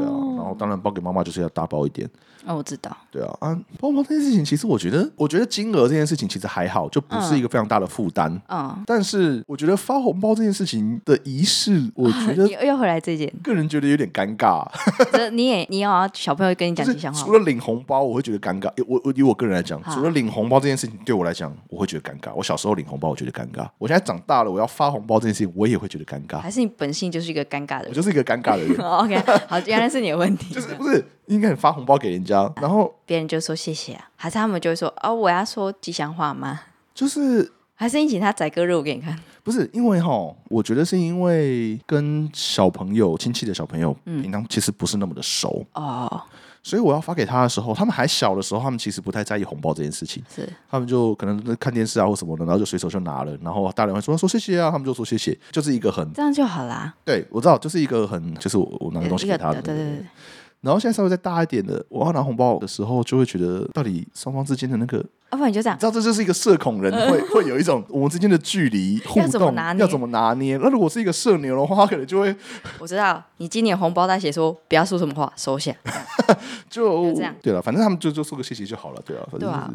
[SPEAKER 1] 哦，
[SPEAKER 2] 然后当然包给妈妈就是要大包一点。
[SPEAKER 1] 那、哦我知道，
[SPEAKER 2] 对啊，啊，包红包这件事情，其实我觉得，我觉得金额这件事情其实还好，就不是一个非常大的负担。
[SPEAKER 1] 嗯，
[SPEAKER 2] 但是我觉得发红包这件事情的仪式，我觉 得
[SPEAKER 1] 又又回来这件，
[SPEAKER 2] 个人觉得有点尴尬。
[SPEAKER 1] 这你也你也要啊小朋友跟你讲
[SPEAKER 2] 就
[SPEAKER 1] 吉
[SPEAKER 2] 是
[SPEAKER 1] 祥话
[SPEAKER 2] 除
[SPEAKER 1] 吗，
[SPEAKER 2] 了领红包，我会觉得尴尬。我我以我个人来讲，除了领红包这件事情对我来讲，我会觉得尴尬。我小时候领红包，我觉得尴尬。我现在长大了，我要发红包这件事情，我也会觉得尴 尬。
[SPEAKER 1] 还是你本性就是一个尴尬的
[SPEAKER 2] 我
[SPEAKER 1] 人。哦
[SPEAKER 2] 就是一个尴尬的人，
[SPEAKER 1] OK，好， 原来是你的问题。
[SPEAKER 2] 就是不是应该你发红包给人家，然后
[SPEAKER 1] 别人就说谢谢啊，还是他们就会说哦，我要说吉祥话吗？
[SPEAKER 2] 就是
[SPEAKER 1] 还是你请他载割肉给你看？
[SPEAKER 2] 不是因为哈，我觉得是因为跟小朋友、亲戚的小朋友，平常其实不是那么的熟，
[SPEAKER 1] 哦，
[SPEAKER 2] 所以我要发给他的时候，他们还小的时候，他们其实不太在意红包这件事情，
[SPEAKER 1] 是
[SPEAKER 2] 他们就可能看电视啊或什么的，然后就随手就拿了，然后大人会说说谢谢啊，他们就说谢谢，就是一个很
[SPEAKER 1] 这样就好啦。
[SPEAKER 2] 对我知道，就是一个很就是我我拿个东西
[SPEAKER 1] 一
[SPEAKER 2] 给
[SPEAKER 1] 个
[SPEAKER 2] 他的
[SPEAKER 1] 对对
[SPEAKER 2] 那个
[SPEAKER 1] 对，对
[SPEAKER 2] 然后现在稍微再大一点的，我要拿红包的时候，就会觉得到底双方之间的那个
[SPEAKER 1] 要不然你就这样
[SPEAKER 2] 你，知道这就是一个社恐人会会有 一种我们之间的距离
[SPEAKER 1] 嗯
[SPEAKER 2] 互
[SPEAKER 1] 要怎么
[SPEAKER 2] 动
[SPEAKER 1] 拿捏
[SPEAKER 2] 要怎么拿捏。那如果是一个社牛的话，他可能就会
[SPEAKER 1] 我知道你今年红包袋写说不要说什么话，收 下，
[SPEAKER 2] 就
[SPEAKER 1] 就这样
[SPEAKER 2] 对了，反正他们就就说个谢谢就好了，对啊，反
[SPEAKER 1] 对
[SPEAKER 2] 正、
[SPEAKER 1] 啊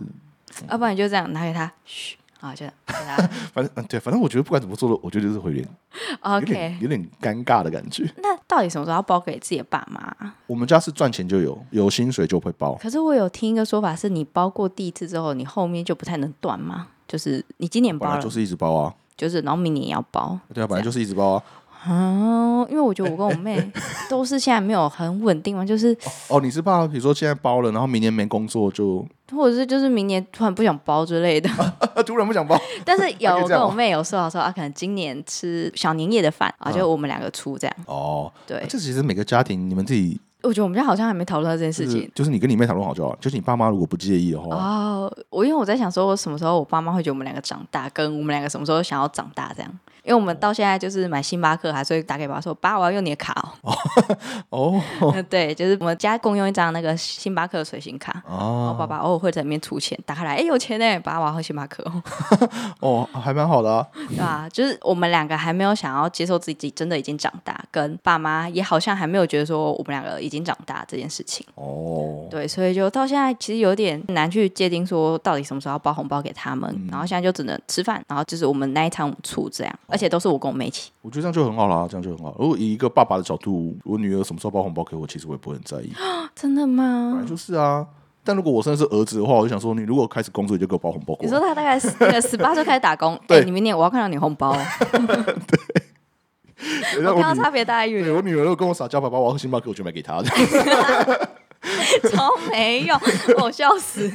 [SPEAKER 1] 要不然你就这样拿给他，嘘，啊，就给他
[SPEAKER 2] 反正嗯对，反正我觉得不管怎么做的，我觉得就是会有点 有点
[SPEAKER 1] OK。
[SPEAKER 2] 有点尴尬的感觉。
[SPEAKER 1] 那到底什么时候要包给自己的爸妈啊？
[SPEAKER 2] 我们家是赚钱就有，有薪水就会包。
[SPEAKER 1] 可是我有听一个说法，是你包过第一次之后，你后面就不太能断嘛。就是你今年
[SPEAKER 2] 本
[SPEAKER 1] 包
[SPEAKER 2] 来
[SPEAKER 1] 了，就
[SPEAKER 2] 就
[SPEAKER 1] 是、
[SPEAKER 2] 是一直包啊，
[SPEAKER 1] 然后明年也要包
[SPEAKER 2] 对啊，本来就是一直包啊。
[SPEAKER 1] 哦。因为我觉得我跟我 妹都是现在没有很稳定嘛，就是
[SPEAKER 2] 哦，你是怕比如说现在包了，然后明年没工作就
[SPEAKER 1] 或者是就是明年突然不想包之 类的。
[SPEAKER 2] 突然 不想包，
[SPEAKER 1] 但是有
[SPEAKER 2] 还可
[SPEAKER 1] 我
[SPEAKER 2] 以这
[SPEAKER 1] 跟
[SPEAKER 2] 样
[SPEAKER 1] 我
[SPEAKER 2] 吗
[SPEAKER 1] 妹有说到说啊，可能今年吃小年夜的饭啊，就我们两个出这样。
[SPEAKER 2] 哦，
[SPEAKER 1] 对，
[SPEAKER 2] 这其实每个家庭你们自己
[SPEAKER 1] 我觉得我们家好像还没讨论到这件
[SPEAKER 2] 就
[SPEAKER 1] 事
[SPEAKER 2] 是
[SPEAKER 1] 情。
[SPEAKER 2] 就是你跟你妹讨论好就好了，就是你爸妈如果不介意的话，
[SPEAKER 1] 哦，我因为我在想说，我什么时候我爸妈会觉得我们两个长大，跟我们两个什么时候想要长大这样？因为我们到现在就是买星巴克，还是会打给爸说：“爸，我要用你的卡
[SPEAKER 2] 哦
[SPEAKER 1] 哦。 对，就是我们家共用一张那个星巴克随行卡。然后
[SPEAKER 2] 哦
[SPEAKER 1] 爸爸偶尔会在里面出钱，打开来，哎、有钱呢、爸，我要喝星巴克、哦，
[SPEAKER 2] 哦，还蛮好的啊，
[SPEAKER 1] 对吧、就是我们两个还没有想要接受自己真的已经长大，跟爸妈也好像还没有觉得说我们两个已经长大这件事情。
[SPEAKER 2] 哦，
[SPEAKER 1] 对，所以就到现在其实有点难去界定说到底什么时候要包红包给他们，
[SPEAKER 2] 嗯
[SPEAKER 1] 然后现在就只能吃饭，然后就是我们那一场五出这样，而且都是我跟我妹一起。
[SPEAKER 2] 我觉得这样就很好啊啦，这样就很好。如果以一个爸爸的角度，我女儿什么时候包红包给我，其实我也不会很在意，
[SPEAKER 1] 啊真的
[SPEAKER 2] 本来
[SPEAKER 1] 吗？
[SPEAKER 2] 就是啊。但如果我真的是儿子的话，我就想说，你如果开始工作，你就给我包红包
[SPEAKER 1] 你
[SPEAKER 2] 过
[SPEAKER 1] 说。
[SPEAKER 2] 来
[SPEAKER 1] 他大概是那个十八岁开始打 工，哎、
[SPEAKER 2] 对
[SPEAKER 1] 你明年我要看到你红包哦，
[SPEAKER 2] 对让
[SPEAKER 1] 我
[SPEAKER 2] 哎我
[SPEAKER 1] 看
[SPEAKER 2] 女
[SPEAKER 1] 到差别待
[SPEAKER 2] 对
[SPEAKER 1] 遇，
[SPEAKER 2] 我女儿如果跟我撒娇，爸爸我要喝星巴克，我就买 给她。
[SPEAKER 1] 超没用，我笑死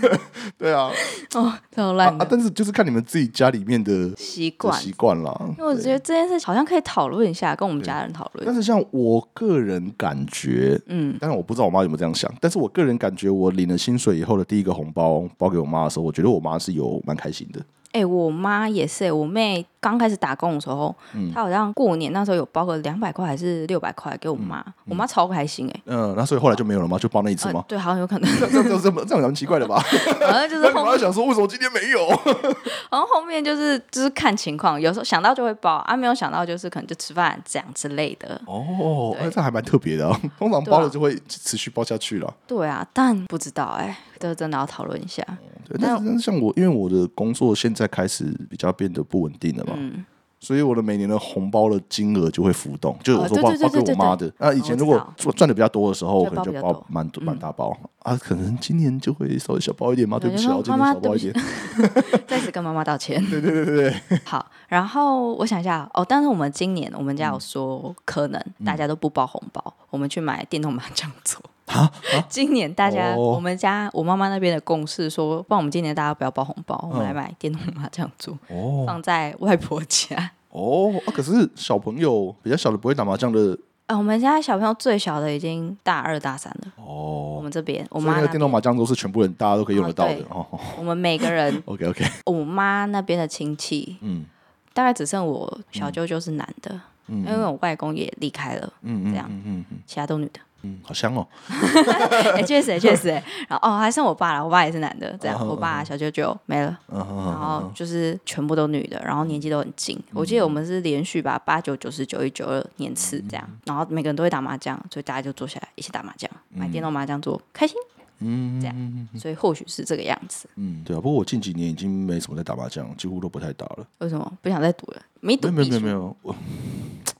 [SPEAKER 2] 对啊，
[SPEAKER 1] 哦，超
[SPEAKER 2] 啊
[SPEAKER 1] 烂
[SPEAKER 2] 啊
[SPEAKER 1] 的
[SPEAKER 2] 但是就是看你们自己家里面的的
[SPEAKER 1] 习惯。
[SPEAKER 2] 习惯啦。
[SPEAKER 1] 因为我觉得这件事好像可以讨论一下，跟我们家人讨
[SPEAKER 2] 但
[SPEAKER 1] 论。
[SPEAKER 2] 是像我个人感觉，
[SPEAKER 1] 嗯，
[SPEAKER 2] 当然我不知道我妈有没有这样想，但是我个人感觉，我领了薪水以后的第一个红包包给我妈的时候，我觉得我妈是有蛮开心的。
[SPEAKER 1] 哎、我妈也是、哎，我妹刚开始打工的时候，
[SPEAKER 2] 嗯
[SPEAKER 1] 她好像过年那时候有包个两百块还是六百块给我妈，我妈超开心哎、
[SPEAKER 2] 嗯，那所以后来就没有了吗？就包那一次
[SPEAKER 1] 呃
[SPEAKER 2] 吗？
[SPEAKER 1] 对，好像有可能，
[SPEAKER 2] 这样这样这样这样蛮奇怪的吧？
[SPEAKER 1] 好像就是
[SPEAKER 2] 那你
[SPEAKER 1] 后，
[SPEAKER 2] 妈想说，为什么今天没有？
[SPEAKER 1] 好像后面就是就是看情况，有时候想到就会包啊，没有想到就是可能就吃饭这样之类的。
[SPEAKER 2] 哦，
[SPEAKER 1] 对
[SPEAKER 2] 哎，这还蛮特别的啊。 通常包了就会持续包下去了。
[SPEAKER 1] 对啊，但不知道哎、这真的要讨论一下。
[SPEAKER 2] 对，但是但是像我，因为我的工作现在开始比较变得不稳定了嘛，所以我的每年的红包的金额就会浮动，就是
[SPEAKER 1] 嗯
[SPEAKER 2] 我
[SPEAKER 1] 哦
[SPEAKER 2] 说
[SPEAKER 1] 对
[SPEAKER 2] 包
[SPEAKER 1] 对
[SPEAKER 2] 包
[SPEAKER 1] 对
[SPEAKER 2] 给我
[SPEAKER 1] 对
[SPEAKER 2] 妈的。啊那以前如果
[SPEAKER 1] 哦我
[SPEAKER 2] 赚赚的比较多的时候，
[SPEAKER 1] 就
[SPEAKER 2] 可能就
[SPEAKER 1] 包比较
[SPEAKER 2] 包
[SPEAKER 1] 多嗯
[SPEAKER 2] 蛮多蛮大包啊，可能今年就会稍微小包一点嘛，对
[SPEAKER 1] 对
[SPEAKER 2] 不起啊，
[SPEAKER 1] 就
[SPEAKER 2] 我今
[SPEAKER 1] 说妈妈
[SPEAKER 2] 年小包一点。
[SPEAKER 1] 再次跟妈妈道歉。对对对对。 好，然后我想一下哦，但是我们今年我们家有说，可能
[SPEAKER 2] 嗯
[SPEAKER 1] 大家都不包红包，我们去买电动麻将桌。 今年大家、
[SPEAKER 2] 啊哦
[SPEAKER 1] 我们家我妈妈那边的共识说，不然我们今年大家不要包红包，我们来买电动麻将桌，
[SPEAKER 2] 哦
[SPEAKER 1] 放在外婆家。
[SPEAKER 2] 哦，啊可是小朋友比较小的不会打麻将的
[SPEAKER 1] 啊，我们家小朋友最小的已经大二大三了。我
[SPEAKER 2] 哦，
[SPEAKER 1] 们这边，我
[SPEAKER 2] 所以
[SPEAKER 1] 妈
[SPEAKER 2] 那
[SPEAKER 1] 那
[SPEAKER 2] 个电
[SPEAKER 1] 边，
[SPEAKER 2] 动麻将桌是全部人大家都可以用得到的
[SPEAKER 1] 哦对
[SPEAKER 2] 哦。哦
[SPEAKER 1] 我们每个人，
[SPEAKER 2] OK OK，
[SPEAKER 1] 我妈那边的亲戚，
[SPEAKER 2] 嗯
[SPEAKER 1] 大概只剩我小舅舅是男的，
[SPEAKER 2] 嗯
[SPEAKER 1] 因为我外公也离开了，
[SPEAKER 2] 嗯嗯
[SPEAKER 1] 这样
[SPEAKER 2] 嗯嗯嗯
[SPEAKER 1] 其他都女的。
[SPEAKER 2] 嗯，好香哦，
[SPEAKER 1] 哎、确实、欸，确 实、欸。然后哦，还剩我爸了，我爸也是男的，这样，
[SPEAKER 2] 嗯
[SPEAKER 1] 我爸、小舅舅没了，
[SPEAKER 2] 嗯嗯
[SPEAKER 1] 然
[SPEAKER 2] 嗯
[SPEAKER 1] 后就是全部都女的，然后年纪都很近。我记得我们是连续吧，八九、九十、九一、九二年次这
[SPEAKER 2] 嗯
[SPEAKER 1] 样，然后每个人都会打麻将，所以大家就坐下来一起打麻将，买电动麻将桌，开心。
[SPEAKER 2] 嗯，
[SPEAKER 1] 这样所以或许是这个样子。
[SPEAKER 2] 嗯，对啊，不过我近几年已经没什么在打麻将，几乎都不太打了。
[SPEAKER 1] 为什么不想再赌了？没
[SPEAKER 2] 没
[SPEAKER 1] 赌
[SPEAKER 2] 有没有
[SPEAKER 1] 必
[SPEAKER 2] 没有
[SPEAKER 1] 输
[SPEAKER 2] 没有，我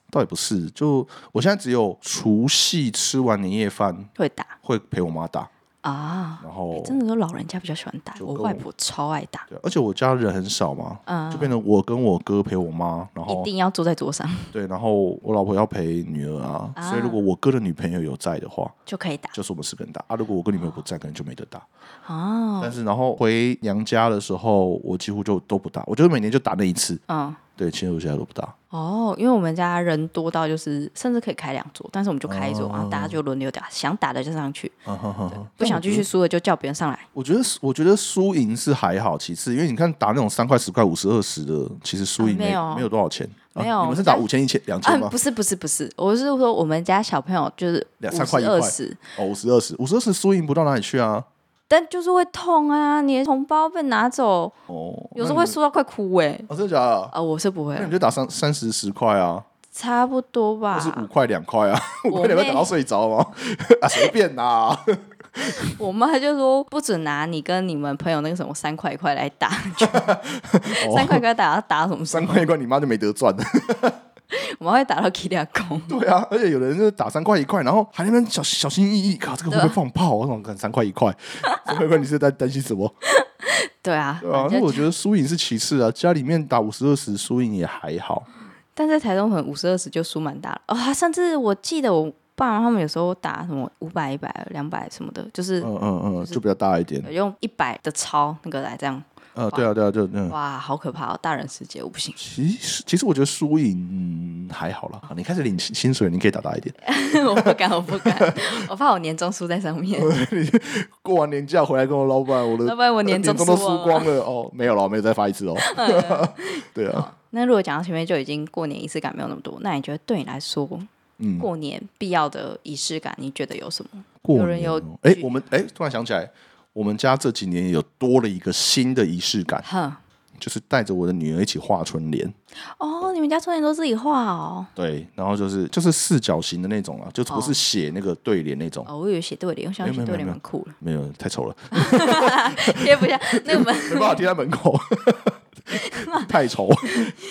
[SPEAKER 2] 倒也不是，就我现在只有除夕吃完年夜饭
[SPEAKER 1] 会打
[SPEAKER 2] 会陪我妈打，
[SPEAKER 1] 啊。
[SPEAKER 2] 然后、
[SPEAKER 1] 欸真的说老人家比较喜欢打，
[SPEAKER 2] 就
[SPEAKER 1] 我
[SPEAKER 2] 跟
[SPEAKER 1] 外
[SPEAKER 2] 我
[SPEAKER 1] 婆超爱打，
[SPEAKER 2] 对，而且我家人很少嘛，
[SPEAKER 1] 嗯
[SPEAKER 2] 就变成我跟我哥陪我妈，
[SPEAKER 1] 一
[SPEAKER 2] 然后
[SPEAKER 1] 定要坐在桌上
[SPEAKER 2] 对，然后我老婆要陪女儿啊，所以如果我哥的女朋友有在的话，
[SPEAKER 1] 就可以打
[SPEAKER 2] 就是我们四个人打啊；如果我跟女朋友不在，可能就没得打。
[SPEAKER 1] 哦。
[SPEAKER 2] 但是然后回娘家的时候，我几乎就都不打，我就是每年就打那一次，
[SPEAKER 1] 嗯，
[SPEAKER 2] 对，其实我现在都不打。
[SPEAKER 1] 哦，因为我们家人多到就是甚至可以开两桌，但是我们就开一桌，然后大家
[SPEAKER 2] 哦
[SPEAKER 1] 就轮流打，想打的就上去，
[SPEAKER 2] 啊哈哈哈
[SPEAKER 1] 不想继续输的就叫别人上来。
[SPEAKER 2] 我觉得是，我觉得输赢是还好，其次，因为你看打那种三块、十块、五十、二十的，其实输赢
[SPEAKER 1] 啊没
[SPEAKER 2] 没
[SPEAKER 1] 有
[SPEAKER 2] 没有多少钱。啊
[SPEAKER 1] 没有
[SPEAKER 2] 你们是 打
[SPEAKER 1] 但
[SPEAKER 2] 五千、一千、两
[SPEAKER 1] 啊
[SPEAKER 2] 千，吗
[SPEAKER 1] 不？是不是不是，我是说我们家小朋友就是
[SPEAKER 2] 两
[SPEAKER 1] 五
[SPEAKER 2] 三块一
[SPEAKER 1] 十
[SPEAKER 2] 块
[SPEAKER 1] 二十，
[SPEAKER 2] 哦，五十、二十、五十、二十，输赢不到哪里去啊。
[SPEAKER 1] 但就是会痛啊，你的红包被拿走，
[SPEAKER 2] 哦，
[SPEAKER 1] 有时候
[SPEAKER 2] 那你
[SPEAKER 1] 会
[SPEAKER 2] 们
[SPEAKER 1] 输到快哭哎、
[SPEAKER 2] 哦，真的假的？
[SPEAKER 1] 啊，我是不会
[SPEAKER 2] 那你，就打三三十、十块啊。
[SPEAKER 1] 差不多吧
[SPEAKER 2] 不。是五块两块啊，五块两块
[SPEAKER 1] 妹
[SPEAKER 2] 打到睡着吗？ 啊，随便啦、
[SPEAKER 1] 我妈就说不准拿你跟你们朋友那个什么三块一块来打， 三块一块打打什么事
[SPEAKER 2] 哦三？块一块，你妈就没得赚了。
[SPEAKER 1] 我妈会打到 K 两公。
[SPEAKER 2] 对啊，而且有的人就是打三块一块，然后还在那边小小心翼翼，靠，这个会不会放炮啊？我想看三块一 块，三块一块，你是在担心什么？
[SPEAKER 1] 对啊，
[SPEAKER 2] 对啊，
[SPEAKER 1] 反
[SPEAKER 2] 那
[SPEAKER 1] 正
[SPEAKER 2] 我觉得输赢是其次啊，家里面打五十二十，输赢也还好。
[SPEAKER 1] 但在台中可能五十二十就输蛮大了啊、甚至我记得我爸妈他们有时候打什么五百、一百、两百什么的，就是
[SPEAKER 2] 嗯嗯嗯，就比较大一点。
[SPEAKER 1] 用一百的超那个来这样，
[SPEAKER 2] 呃，对啊对啊，就嗯。
[SPEAKER 1] 哇，好可怕哦！大人世界我不行，
[SPEAKER 2] 其实，其实我觉得输赢、嗯、还好啦。你开始领薪薪水，你可以打 大一点。
[SPEAKER 1] 我不敢，我不敢，我怕我年终输在上 面，
[SPEAKER 2] 过完年假回来跟我老板，我的
[SPEAKER 1] 要不然我
[SPEAKER 2] 年
[SPEAKER 1] 终
[SPEAKER 2] 终都
[SPEAKER 1] 输
[SPEAKER 2] 输
[SPEAKER 1] 光了。
[SPEAKER 2] 光了哦，没有了，没有再发一次哦。 对啊，
[SPEAKER 1] 那如果讲到前面就已经过年仪式感没有那么多，那你觉得对你来说，
[SPEAKER 2] 嗯，
[SPEAKER 1] 过年必要的仪式感，你觉得有什么？
[SPEAKER 2] 过
[SPEAKER 1] 有
[SPEAKER 2] 年
[SPEAKER 1] 人有
[SPEAKER 2] 哦哎、我们哎、突然想起来，我们家这几年有多了一个新的仪式感，
[SPEAKER 1] 哼，
[SPEAKER 2] 就是带着我的女儿一起画春联。
[SPEAKER 1] 哦，你们家春联都自己画哦？
[SPEAKER 2] 对，然后就是就是四角形的那种啊，就不是写那个对联那种，
[SPEAKER 1] 哦，我以为写对联，我想
[SPEAKER 2] 没有
[SPEAKER 1] 写
[SPEAKER 2] 没有
[SPEAKER 1] 对联
[SPEAKER 2] 没有
[SPEAKER 1] 蛮酷 的，
[SPEAKER 2] 没有太丑了，
[SPEAKER 1] 贴不下。那我们
[SPEAKER 2] 没办法贴在 门口。太丑，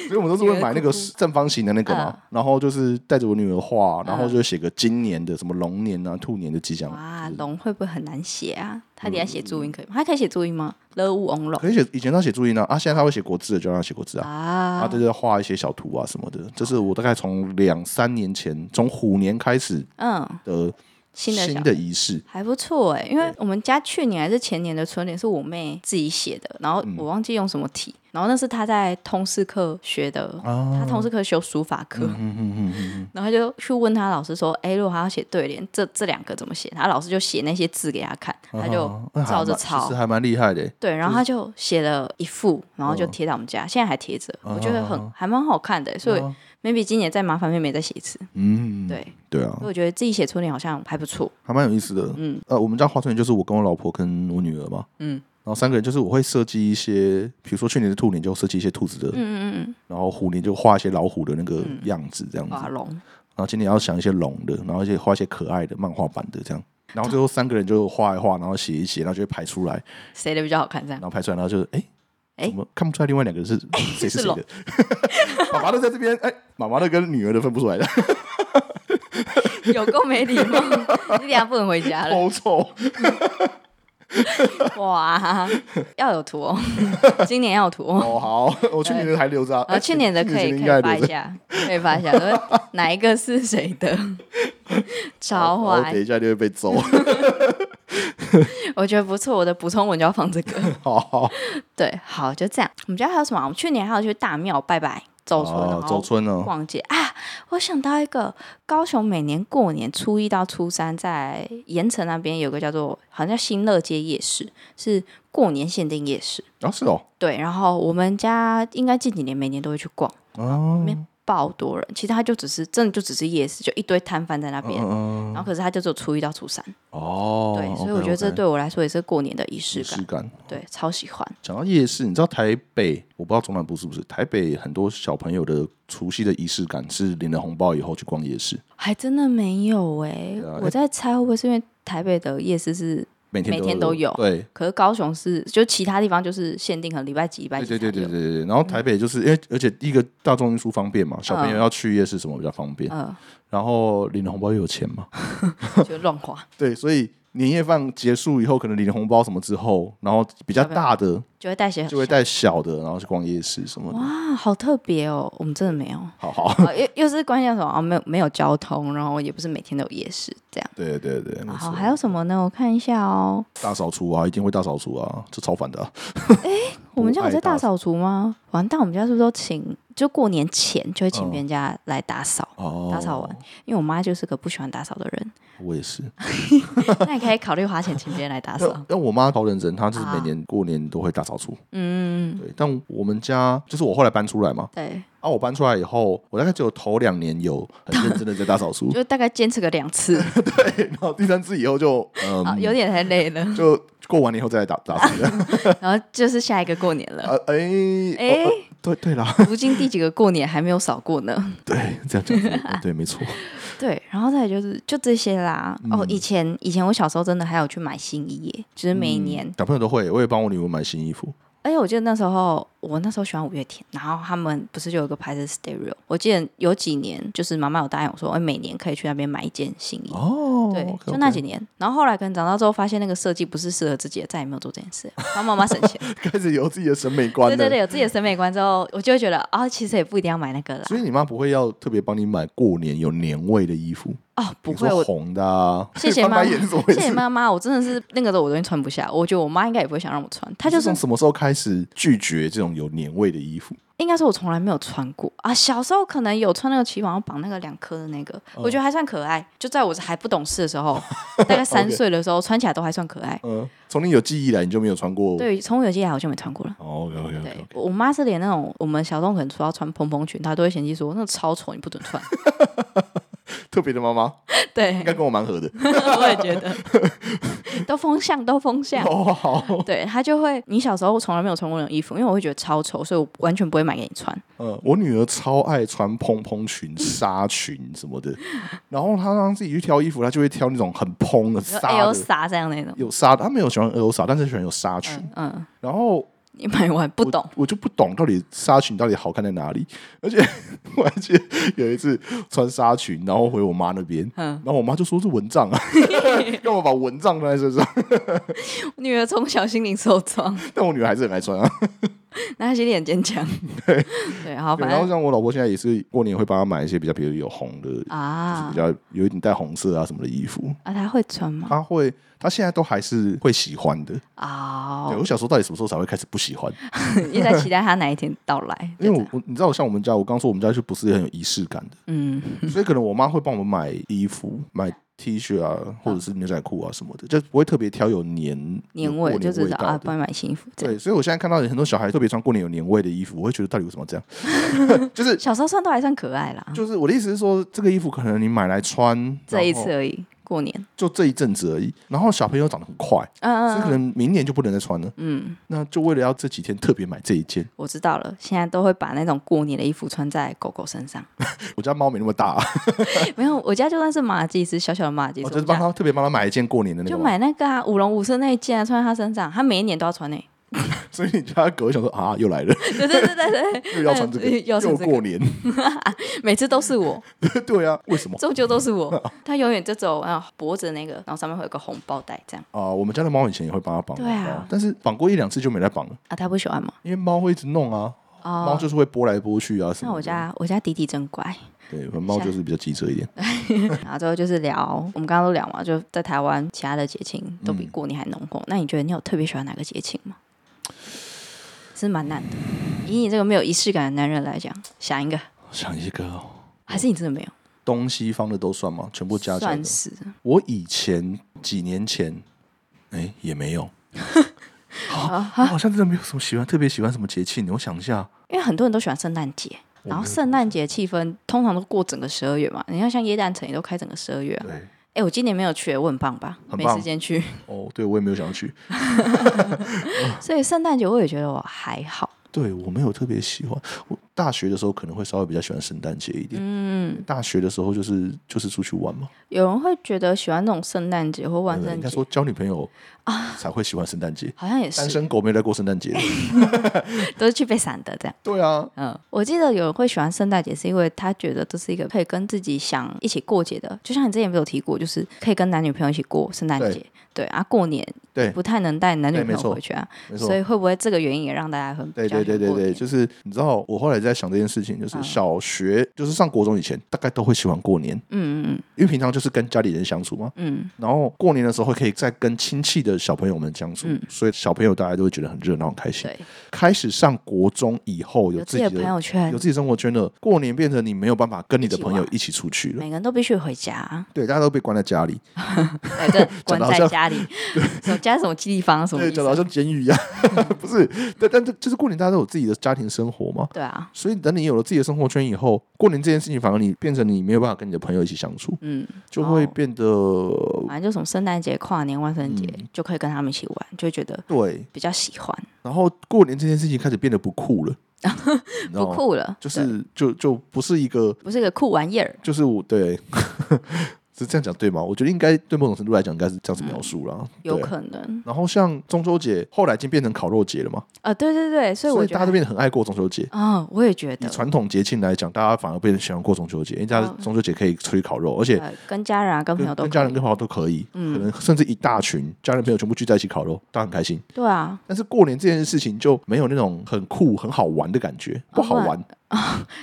[SPEAKER 2] 所以我们都是会买那
[SPEAKER 1] 女儿
[SPEAKER 2] 个
[SPEAKER 1] 哭哭
[SPEAKER 2] 正方形的那个嘛，
[SPEAKER 1] 嗯
[SPEAKER 2] 然后就是带着我女儿画，然后
[SPEAKER 1] 嗯
[SPEAKER 2] 就写个今年的什么龙年啊、兔年的吉 祥
[SPEAKER 1] 哇，龙会不会很难写啊？他底下写注音可以吗？他可以写注音吗？了无翁龙
[SPEAKER 2] 可以写，以前他写注音啊，啊，现在他会写国字了，就让他写国字啊。啊，
[SPEAKER 1] 啊，
[SPEAKER 2] 就是画一些小图啊什么的，这是我大概从两三年前，从虎年开始
[SPEAKER 1] 嗯，
[SPEAKER 2] 的
[SPEAKER 1] 新的小
[SPEAKER 2] 仪式。
[SPEAKER 1] 还不错哎、因为我们家去年还是前年的春联是我妹自己写的，然后
[SPEAKER 2] 嗯
[SPEAKER 1] 我忘记用什么题，然后那是她在通识课学的，
[SPEAKER 2] 哦
[SPEAKER 1] 她通识课修书法课，
[SPEAKER 2] 嗯
[SPEAKER 1] 然后就去问她老师说，哎、如果她要写对联，这这两个怎么写？她老师就写那些字给她看，她就
[SPEAKER 2] 啊那还
[SPEAKER 1] 照着
[SPEAKER 2] 蛮
[SPEAKER 1] 抄
[SPEAKER 2] 其实。还蛮厉害的欸。
[SPEAKER 1] 对，然后她就写了一副，然
[SPEAKER 2] 哦
[SPEAKER 1] 后就贴到我们家，现在还贴着，我觉得很还蛮好看的欸，所以 maybe 今年再麻烦妹妹再写一次。
[SPEAKER 2] 哦啊嗯，
[SPEAKER 1] 对，
[SPEAKER 2] 对啊
[SPEAKER 1] 所以，我觉得自己写春联好像还不错。
[SPEAKER 2] 还蛮有意思的。嗯，呃，我们家画春联就是我跟我老婆跟我女儿嘛，
[SPEAKER 1] 嗯，
[SPEAKER 2] 然后三个人就是我会设计一些，比如说去年的兔年就设计一些兔子的，
[SPEAKER 1] 嗯嗯
[SPEAKER 2] 然后虎年就画一些老虎的那个样子这样
[SPEAKER 1] 嗯，
[SPEAKER 2] 子，
[SPEAKER 1] 画龙。
[SPEAKER 2] 然后今年要想一些龙的，然后一些画一些可爱的漫画版的这样。然后最后三个人就画一画，然后写一写，然后就会排出来，
[SPEAKER 1] 谁的比较好看这样
[SPEAKER 2] 然。后排出来，然后就哎
[SPEAKER 1] 哎
[SPEAKER 2] 哎，怎么看不出来另外两个人是谁是
[SPEAKER 1] 是
[SPEAKER 2] 谁
[SPEAKER 1] 龙
[SPEAKER 2] 的？ 爸爸都在这边，哎，妈妈都跟女儿都分不出来的，
[SPEAKER 1] 有够没礼 貌，你等下不能回家了。
[SPEAKER 2] 好丑。
[SPEAKER 1] 哇，要有图 哦，今年要有图哦。
[SPEAKER 2] 哦，好， 我去年的还留着啊，
[SPEAKER 1] 呃，
[SPEAKER 2] 哎
[SPEAKER 1] 去年的可以
[SPEAKER 2] 去
[SPEAKER 1] 可
[SPEAKER 2] 年的
[SPEAKER 1] 以发一
[SPEAKER 2] 应该还留着
[SPEAKER 1] 下，可以 发一下，说哪一个是谁的？超
[SPEAKER 2] 然后
[SPEAKER 1] 坏
[SPEAKER 2] 等，一下就会被揍。
[SPEAKER 1] 我觉得不错，我的补充文就要放这个。
[SPEAKER 2] 好好，
[SPEAKER 1] 对，好，就这样。我们家还有什么啊？我们去年还有去大庙拜拜、走村，然
[SPEAKER 2] 哦
[SPEAKER 1] 后
[SPEAKER 2] 走村哦，
[SPEAKER 1] 逛街啊！我想到一个，高雄每年过年初一到初三，在盐城那边有个叫做好像叫新乐街夜市，是过年限定夜市。
[SPEAKER 2] 啊是哦，
[SPEAKER 1] 对，然后我们家应该近几年每年都会去逛，
[SPEAKER 2] 哦，
[SPEAKER 1] 里面爆多人。其实它就只是真的就只是夜市，就一堆摊贩在那边。
[SPEAKER 2] 嗯
[SPEAKER 1] 然后可是它就只有初一到初三，
[SPEAKER 2] 哦，
[SPEAKER 1] 对，所以我觉得这
[SPEAKER 2] OK，OK
[SPEAKER 1] 对我来说也是过年的仪式
[SPEAKER 2] 仪
[SPEAKER 1] 感
[SPEAKER 2] 式，感。
[SPEAKER 1] 对，超喜欢。
[SPEAKER 2] 讲到夜市，你知道台北，我不知道中南部是不是台北很多小朋友的除夕的仪式感是领了红包以后去逛夜市，
[SPEAKER 1] 还真的没有哎、
[SPEAKER 2] 啊
[SPEAKER 1] 我在猜会不会是因为台北的夜市是
[SPEAKER 2] 每天
[SPEAKER 1] 每天都有
[SPEAKER 2] 对，
[SPEAKER 1] 可是高雄是，就其他地方就是限定，可能礼拜几、礼拜几
[SPEAKER 2] 对对对对
[SPEAKER 1] 才有
[SPEAKER 2] 对对。然后台北就是因为而且第一个大众运输方便嘛，小朋友
[SPEAKER 1] 嗯
[SPEAKER 2] 要去夜市什么比较方便，
[SPEAKER 1] 嗯
[SPEAKER 2] 然后领了红包又有钱嘛，
[SPEAKER 1] 就乱花，
[SPEAKER 2] 对，所以年夜饭结束以后，可能领了红包什么之后，然后比较大的
[SPEAKER 1] 就会带些
[SPEAKER 2] 就会带小的，然后去逛夜市什么的。
[SPEAKER 1] 哇，好特别哦，我们真的没 有。
[SPEAKER 2] 好好，
[SPEAKER 1] 啊，又又是关键什么啊？没有没有交通，然后也不是每天都有夜市这样。
[SPEAKER 2] 对对对，没
[SPEAKER 1] 然后
[SPEAKER 2] 错，
[SPEAKER 1] 还有什么呢？我看一下哦。
[SPEAKER 2] 大扫除啊，一定会大扫除啊，这超烦的啊、
[SPEAKER 1] 我们家有在大
[SPEAKER 2] 大
[SPEAKER 1] 扫除吗？完蛋，我们家是不是都请？就过年前就会请别人家来打扫，
[SPEAKER 2] 嗯哦，
[SPEAKER 1] 打嗯扫完，因为我妈就是个不喜欢打扫的人。
[SPEAKER 2] 我也是。
[SPEAKER 1] 那你可以考虑花钱请别人来打扫
[SPEAKER 2] 但。但我妈超认真，她就是
[SPEAKER 1] 啊
[SPEAKER 2] 每年过年都会大扫除。
[SPEAKER 1] 嗯，
[SPEAKER 2] 对，但我们家就是我后来搬出来嘛，
[SPEAKER 1] 对，
[SPEAKER 2] 啊，我搬出来以后，我大概只有头两年有很认真的在大扫除，
[SPEAKER 1] 就大概坚持个两次，
[SPEAKER 2] 对，然后第三次以后就
[SPEAKER 1] 啊，
[SPEAKER 2] 嗯，
[SPEAKER 1] 有点太累了。
[SPEAKER 2] 就过完年以后再来打打扫。
[SPEAKER 1] 然后就是下一个过年了。
[SPEAKER 2] 啊，哎
[SPEAKER 1] 哎
[SPEAKER 2] 哦呃对对啦，
[SPEAKER 1] 如今第几个过年还没有少过呢？
[SPEAKER 2] 对，这样讲对，对，没错。
[SPEAKER 1] 对，然后再来就是就这些啦。
[SPEAKER 2] 嗯
[SPEAKER 1] 哦，以前以前我小时候真的还有去买新衣耶，就是每
[SPEAKER 2] 嗯
[SPEAKER 1] 一 年。
[SPEAKER 2] 小朋友都会，我也帮我女儿买新衣服。
[SPEAKER 1] 而哎且我记得那时候，我那时候喜欢五月天，然后他们不是就有个牌子 Stereo，我记得有几年就是妈妈有答应我说，哎，每年可以去那边买一件新衣。
[SPEAKER 2] 哦，
[SPEAKER 1] 对
[SPEAKER 2] OK，OK
[SPEAKER 1] 就那几年，然后后来可能长大之后发现那个设计不是适合自己的，再也没有做这件事，然后妈妈省钱。
[SPEAKER 2] 开始有自己的审美观
[SPEAKER 1] 对
[SPEAKER 2] 了。
[SPEAKER 1] 对对，有自己的审美观之后，我就会觉得啊、其实也不一定要买那个啦。
[SPEAKER 2] 所以你妈不会要特别帮你买过年有年味的衣服，
[SPEAKER 1] 哦，不
[SPEAKER 2] 比如
[SPEAKER 1] 会，
[SPEAKER 2] 说
[SPEAKER 1] 我
[SPEAKER 2] 红的啊。
[SPEAKER 1] 谢谢
[SPEAKER 2] 翻
[SPEAKER 1] 妈
[SPEAKER 2] 白
[SPEAKER 1] 妈，
[SPEAKER 2] 眼是怎么回
[SPEAKER 1] 谢
[SPEAKER 2] 事
[SPEAKER 1] 谢妈妈，我真的是那个的我东西穿不下，我觉得我妈应该也不会想让我穿，她就
[SPEAKER 2] 你
[SPEAKER 1] 是
[SPEAKER 2] 从什么时候开始拒绝这种有年味的衣服？
[SPEAKER 1] 应该是我从来没有穿过啊，小时候可能有穿那个旗袍绑那个两颗的那个，
[SPEAKER 2] 哦
[SPEAKER 1] 我觉得还算可爱，就在我还不懂事的时 候，大概三
[SPEAKER 2] OK
[SPEAKER 1] 岁的时候穿起来都还算可爱。
[SPEAKER 2] 嗯，从你有记忆以来，你就没有穿过。
[SPEAKER 1] 对，从我有记忆以来我就没穿过了。
[SPEAKER 2] 哦，OK OK
[SPEAKER 1] 对
[SPEAKER 2] OK，
[SPEAKER 1] 我妈是连那种我们小时候可能说要穿蓬蓬裙，她都会嫌弃说那超丑，你不准 穿。
[SPEAKER 2] 特别的妈妈
[SPEAKER 1] 对
[SPEAKER 2] 应，该跟我蛮合的。
[SPEAKER 1] 我也觉得，都风向，都风向。
[SPEAKER 2] 哦，好，
[SPEAKER 1] 对她就会，你小时候从来没有穿过那种衣服，因为我会觉得超丑，所以我完全不会买给你穿。
[SPEAKER 2] 嗯，我女儿超爱穿蓬 蓬裙、纱裙什么的，然后她让自己去挑衣服，她就会挑那种很蓬的
[SPEAKER 1] 说
[SPEAKER 2] 纱
[SPEAKER 1] 哎呦
[SPEAKER 2] 的，
[SPEAKER 1] 傻这样那种。
[SPEAKER 2] 有纱的。她没有喜欢 L 纱，但是喜欢有纱裙。
[SPEAKER 1] 嗯，
[SPEAKER 2] 然后
[SPEAKER 1] 你买完不
[SPEAKER 2] 我
[SPEAKER 1] 懂，
[SPEAKER 2] 我就不懂到底纱裙到底好看在哪里。而且 我还记得有一次穿纱裙，然后回我妈那边，
[SPEAKER 1] 嗯
[SPEAKER 2] 然后我妈就说是蚊 帐啊，让我把蚊帐放在身上。
[SPEAKER 1] 女儿从小心灵受创，
[SPEAKER 2] 但我女儿还是很爱穿啊。
[SPEAKER 1] 哦那她心里很坚强。对，好，
[SPEAKER 2] 对
[SPEAKER 1] 反
[SPEAKER 2] 然后
[SPEAKER 1] 正
[SPEAKER 2] 像我老婆现在也是过年会帮她买一些比较，比如有红的，就是
[SPEAKER 1] 啊
[SPEAKER 2] 比较有一点带红色啊什么的衣服。
[SPEAKER 1] 啊，她会穿吗？
[SPEAKER 2] 她会，她现在都还是会喜欢的。
[SPEAKER 1] 啊
[SPEAKER 2] 对，我小时候到底什么时候才会开始不喜欢？
[SPEAKER 1] 一直在期待她哪一天到来。
[SPEAKER 2] 因为我我你知道，像我们家，我刚说我们家就不是很有仪式感的。
[SPEAKER 1] 嗯，
[SPEAKER 2] 所以可能我妈会帮我们买衣服、买 T 恤啊，或者是牛仔裤啊什么的，就不会特别挑有年
[SPEAKER 1] 年
[SPEAKER 2] 有
[SPEAKER 1] 味
[SPEAKER 2] 过
[SPEAKER 1] 就知
[SPEAKER 2] 味
[SPEAKER 1] 道
[SPEAKER 2] 道
[SPEAKER 1] 啊，
[SPEAKER 2] 的。
[SPEAKER 1] 帮你买新衣服。这样
[SPEAKER 2] 对，所以我现在看到很多小孩特别穿过年有年味的衣服，我会觉得到底为什么这样？ 就是
[SPEAKER 1] 小时候穿都还算可爱啦，
[SPEAKER 2] 就是我的意思是说，这个衣服可能你买来穿
[SPEAKER 1] 这一
[SPEAKER 2] 然后
[SPEAKER 1] 次而已，过年。
[SPEAKER 2] 就这一阵子而已，然后小朋友长得很快，所以
[SPEAKER 1] 嗯
[SPEAKER 2] 可
[SPEAKER 1] 嗯
[SPEAKER 2] 能明年就不能再穿了。
[SPEAKER 1] 嗯，
[SPEAKER 2] 那就为了要这几天特别买这一件，
[SPEAKER 1] 我知道了。现在都会把那种过年的衣服穿在狗狗身上。
[SPEAKER 2] 我家猫没那么大、啊，
[SPEAKER 1] 没有，我家就算是马尔济斯，小小的马尔济
[SPEAKER 2] 我
[SPEAKER 1] 斯，
[SPEAKER 2] 哦就是
[SPEAKER 1] 我家
[SPEAKER 2] 帮他特别帮他买一件过年的那个
[SPEAKER 1] 就
[SPEAKER 2] 嘛。
[SPEAKER 1] 买那个啊，舞龙舞狮那一件、啊、穿在他身上，他每一年都要穿呢、欸
[SPEAKER 2] 所以你家的狗想说啊，又来了，
[SPEAKER 1] 对对对对对，
[SPEAKER 2] 又要穿这个，
[SPEAKER 1] 嗯要穿
[SPEAKER 2] 又
[SPEAKER 1] 这个
[SPEAKER 2] 过年，
[SPEAKER 1] 每次都是我，
[SPEAKER 2] 对啊，为什么？
[SPEAKER 1] 终究都是 我。他永远就只有啊脖子那个，然后上面会有个红包带这样
[SPEAKER 2] 啊、我们家的猫以前也会帮它绑
[SPEAKER 1] 对啊
[SPEAKER 2] 红包但是绑过一两次就没再绑了，
[SPEAKER 1] 啊，他不喜欢吗？
[SPEAKER 2] 因为猫会一直弄啊，猫、
[SPEAKER 1] 哦，
[SPEAKER 2] 就是会拨来拨去啊什
[SPEAKER 1] 那
[SPEAKER 2] 么
[SPEAKER 1] 我
[SPEAKER 2] 的。
[SPEAKER 1] 家我家弟弟真乖。
[SPEAKER 2] 对，猫就是比较机车一点。
[SPEAKER 1] 然后最后就是聊，我们刚刚都聊嘛，就在台湾其他的节庆都比
[SPEAKER 2] 嗯
[SPEAKER 1] 过年还浓厚。那你觉得你有特别喜欢哪个节庆吗？是蛮难的，以你这个没有仪式感的男人来讲，想一个，
[SPEAKER 2] 想一个哦
[SPEAKER 1] 还是你真的没有？
[SPEAKER 2] 东西方的都算吗？全部加起来
[SPEAKER 1] 算
[SPEAKER 2] 的。
[SPEAKER 1] 是
[SPEAKER 2] 我以前几年前，哎、也 没有。啊，我好像真的没有什么喜欢，特别喜欢什么节庆。我想一下，
[SPEAKER 1] 因为很多人都喜欢圣诞节，
[SPEAKER 2] 嗯
[SPEAKER 1] 然后圣诞节气氛通常都过整个十二月嘛。你看像耶诞城也都开整个十二月、啊。
[SPEAKER 2] 对，
[SPEAKER 1] 哎、我今年没有去，我很棒吧？
[SPEAKER 2] 很
[SPEAKER 1] 没
[SPEAKER 2] 棒
[SPEAKER 1] 时间去，
[SPEAKER 2] 哦，对我也没有想要去。
[SPEAKER 1] 所以圣诞节我也觉得我还好。
[SPEAKER 2] 对我没有特别喜欢。我大学的时候可能会稍微比较喜欢圣诞节一点。
[SPEAKER 1] 嗯，
[SPEAKER 2] 大学的时候就是就是出去玩嘛，
[SPEAKER 1] 有人会觉得喜欢那种圣诞节或万
[SPEAKER 2] 对
[SPEAKER 1] 圣
[SPEAKER 2] 应该
[SPEAKER 1] 节
[SPEAKER 2] 说，交女朋友啊才会喜欢圣 诞节。
[SPEAKER 1] 好像也
[SPEAKER 2] 单
[SPEAKER 1] 是
[SPEAKER 2] 身狗没有在过圣 诞节，
[SPEAKER 1] 都是去被闪的这样。
[SPEAKER 2] 对啊，
[SPEAKER 1] 嗯，我记得有人会喜欢圣诞节，是因为他觉得这是一个可以跟自己想一起过节的，就像你之前没有提过，就是可以跟男女朋友一起过圣诞节。对啊，过年
[SPEAKER 2] 对
[SPEAKER 1] 不太能带男女
[SPEAKER 2] 对
[SPEAKER 1] 朋
[SPEAKER 2] 没错
[SPEAKER 1] 友回去啊，
[SPEAKER 2] 没错
[SPEAKER 1] 所。以会不会这个原因也让大家很
[SPEAKER 2] 对对对对对，就是你知道，我后来在想这件事情，
[SPEAKER 1] 嗯
[SPEAKER 2] 就是小学，就是上国中以前，大概都会喜欢过年，
[SPEAKER 1] 嗯嗯
[SPEAKER 2] 因为平常就是跟家里人相处嘛，
[SPEAKER 1] 嗯
[SPEAKER 2] 然后过年的时候会可以再跟亲戚的小朋友们相处
[SPEAKER 1] 嗯，
[SPEAKER 2] 所以小朋友大家都会觉得很热闹、很开心。
[SPEAKER 1] 对，
[SPEAKER 2] 开始上国中以后，有
[SPEAKER 1] 有自
[SPEAKER 2] 自己
[SPEAKER 1] 己的
[SPEAKER 2] 的
[SPEAKER 1] 朋友圈
[SPEAKER 2] 有，自己生活圈了，过年变成你没有办法跟你
[SPEAKER 1] 嗯一
[SPEAKER 2] 的
[SPEAKER 1] 起
[SPEAKER 2] 朋友
[SPEAKER 1] 玩
[SPEAKER 2] 一起出去了，
[SPEAKER 1] 每个人都必须回 家，
[SPEAKER 2] 对，大家都被关在家里，
[SPEAKER 1] 对，对 关
[SPEAKER 2] 好
[SPEAKER 1] 在
[SPEAKER 2] 像
[SPEAKER 1] 家里，什么家什么地方什么
[SPEAKER 2] 对，
[SPEAKER 1] 意
[SPEAKER 2] 讲的好
[SPEAKER 1] 思？啊
[SPEAKER 2] 像监狱 一样，不是？但但这就是过年，大家都有自己的家庭生活嘛。
[SPEAKER 1] 对啊，
[SPEAKER 2] 所以等你有了自己的生活圈以后，过年这件事情反而你变成你没有办法跟你的朋友一起相处，
[SPEAKER 1] 嗯，
[SPEAKER 2] 就会
[SPEAKER 1] 哦
[SPEAKER 2] 变得、
[SPEAKER 1] 反正就从圣诞节、跨年、万圣节
[SPEAKER 2] 嗯
[SPEAKER 1] 就可以跟他们一起玩，就会觉得
[SPEAKER 2] 对。
[SPEAKER 1] 比较喜欢。
[SPEAKER 2] 然后过年这件事情开始变得不酷了，你知
[SPEAKER 1] 不
[SPEAKER 2] 道吗？
[SPEAKER 1] 酷了，
[SPEAKER 2] 哦就是就就不是一个，
[SPEAKER 1] 不是个酷玩意儿。
[SPEAKER 2] 就是我对， 是这样讲对吗？我觉得应该对某种程度来讲，应该是这样子描述啦。
[SPEAKER 1] 嗯有
[SPEAKER 2] 对
[SPEAKER 1] 可能
[SPEAKER 2] 然后像中秋节，后来已经变成烤肉节了嘛，
[SPEAKER 1] 啊，对对对，所以我觉
[SPEAKER 2] 大家
[SPEAKER 1] 得
[SPEAKER 2] 都变得很爱过中秋节。
[SPEAKER 1] 啊、我也觉
[SPEAKER 2] 以
[SPEAKER 1] 得，
[SPEAKER 2] 传统节庆来讲，大家反而变得喜欢过中秋节，因为大家
[SPEAKER 1] 哦
[SPEAKER 2] 中秋节可以出去烤肉，而且
[SPEAKER 1] 呃，跟家人啊，跟朋
[SPEAKER 2] 跟
[SPEAKER 1] 友都
[SPEAKER 2] 跟家
[SPEAKER 1] 可
[SPEAKER 2] 人、
[SPEAKER 1] 以，
[SPEAKER 2] 跟朋友都可以，
[SPEAKER 1] 嗯
[SPEAKER 2] 可能甚至一大群家人朋友全部聚在一起烤肉，大家很开心。
[SPEAKER 1] 对啊，
[SPEAKER 2] 但是过年这件事情就没有那种很酷、很好玩的感觉，
[SPEAKER 1] 啊
[SPEAKER 2] 不好玩。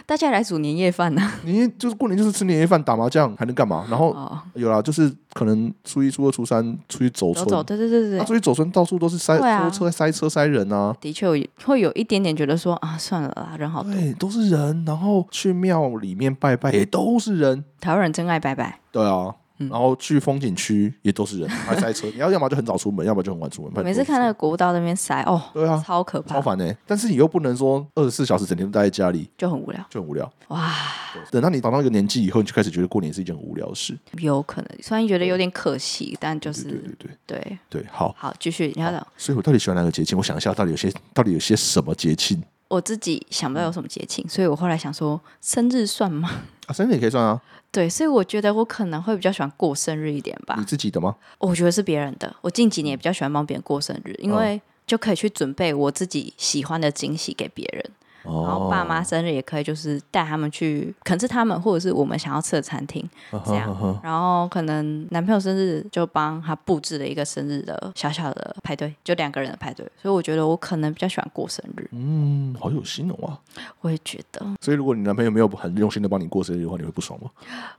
[SPEAKER 1] 大家来煮年夜饭呢、
[SPEAKER 2] 你就是过年就是吃年夜饭、打麻将，还能干嘛？然后
[SPEAKER 1] 哦，
[SPEAKER 2] 有啦，就是可能初一、初二、初三出去
[SPEAKER 1] 走
[SPEAKER 2] 走村，
[SPEAKER 1] 走，对对对对，
[SPEAKER 2] 啊，出去走村到处都是塞
[SPEAKER 1] 对啊
[SPEAKER 2] 塞车、塞车、塞人啊。
[SPEAKER 1] 的确有会有一点点觉得说啊，算了啦，人好多，
[SPEAKER 2] 对，都是人，然后去庙里面拜拜也都是人，
[SPEAKER 1] 台湾人真爱拜拜，
[SPEAKER 2] 对啊，
[SPEAKER 1] 嗯
[SPEAKER 2] 然后去风景区也都是人，还 塞车，你要要么就很早出门，要么就很晚出门。拜托
[SPEAKER 1] 每次看那个国道那边塞，哦，
[SPEAKER 2] 对啊，
[SPEAKER 1] 超可怕，
[SPEAKER 2] 超烦哎、但是你又不能说二十四小时整天都待在家里，
[SPEAKER 1] 就很无聊，
[SPEAKER 2] 就很无聊。
[SPEAKER 1] 哇，
[SPEAKER 2] 对等到你长到一个年纪以后，你就开始觉得过年是一件很无聊的事。
[SPEAKER 1] 有可能，虽然觉得有点可惜，但就
[SPEAKER 2] 对对
[SPEAKER 1] 是
[SPEAKER 2] 对对
[SPEAKER 1] 对，
[SPEAKER 2] 对，好。
[SPEAKER 1] 好，继续，你要讲，
[SPEAKER 2] 所以我到底喜欢哪个节庆？我想一下，到底有些到底有些什么节庆
[SPEAKER 1] 我自己想
[SPEAKER 2] 嗯
[SPEAKER 1] 不到有什么节庆，所以我后来想说，生日算吗？
[SPEAKER 2] 啊？生日也可以算啊，
[SPEAKER 1] 对，所以我觉得我可能会比较喜欢过生日一点吧
[SPEAKER 2] 你。自己的吗？
[SPEAKER 1] 我觉得是别人的。我近几年也比较喜欢帮别人过生日，
[SPEAKER 2] 嗯
[SPEAKER 1] 因为就可以去准备我自己喜欢的惊喜给别人。
[SPEAKER 2] 哦，
[SPEAKER 1] 然后爸妈生日也可以，就是带他们去，可能是他们或者是我们想要吃的餐厅这样。然后可能男朋友生日就帮他布置了一个生日的小小的派对，就两个人的派对。所以我觉得我可能比较喜欢过生日，
[SPEAKER 2] 嗯，好有心哦啊！
[SPEAKER 1] 我也觉得。
[SPEAKER 2] 所以如果你男朋友没有很用心的帮你过生日的话，你会不爽吗？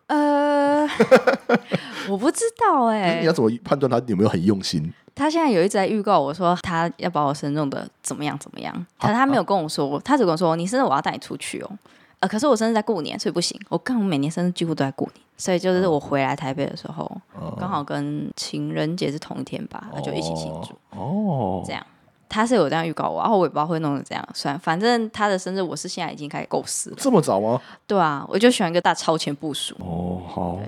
[SPEAKER 1] 呃， 我不知道
[SPEAKER 2] 可
[SPEAKER 1] 哎、
[SPEAKER 2] 是你要怎么判断他有没有很用心？
[SPEAKER 1] 他现在有一直在预告我说他要把我生日弄得怎么样怎么样，可是他没有跟我说，他只跟我说你生日我要带你出去哦。呃，可是我生日在过年，所以不行。我刚好每年生日几乎都在过年，所以就是我回来台北的时候，刚好跟情人节是同一天吧，那就一起庆祝。
[SPEAKER 2] 哦
[SPEAKER 1] 这，样他是有这样预告我，然后我也不知道会弄成这样。算，反正他的生日我是现在已经开始构思了。
[SPEAKER 2] 这么早吗？
[SPEAKER 1] 对啊，我就喜欢一个大超前部署，
[SPEAKER 2] 哦，好。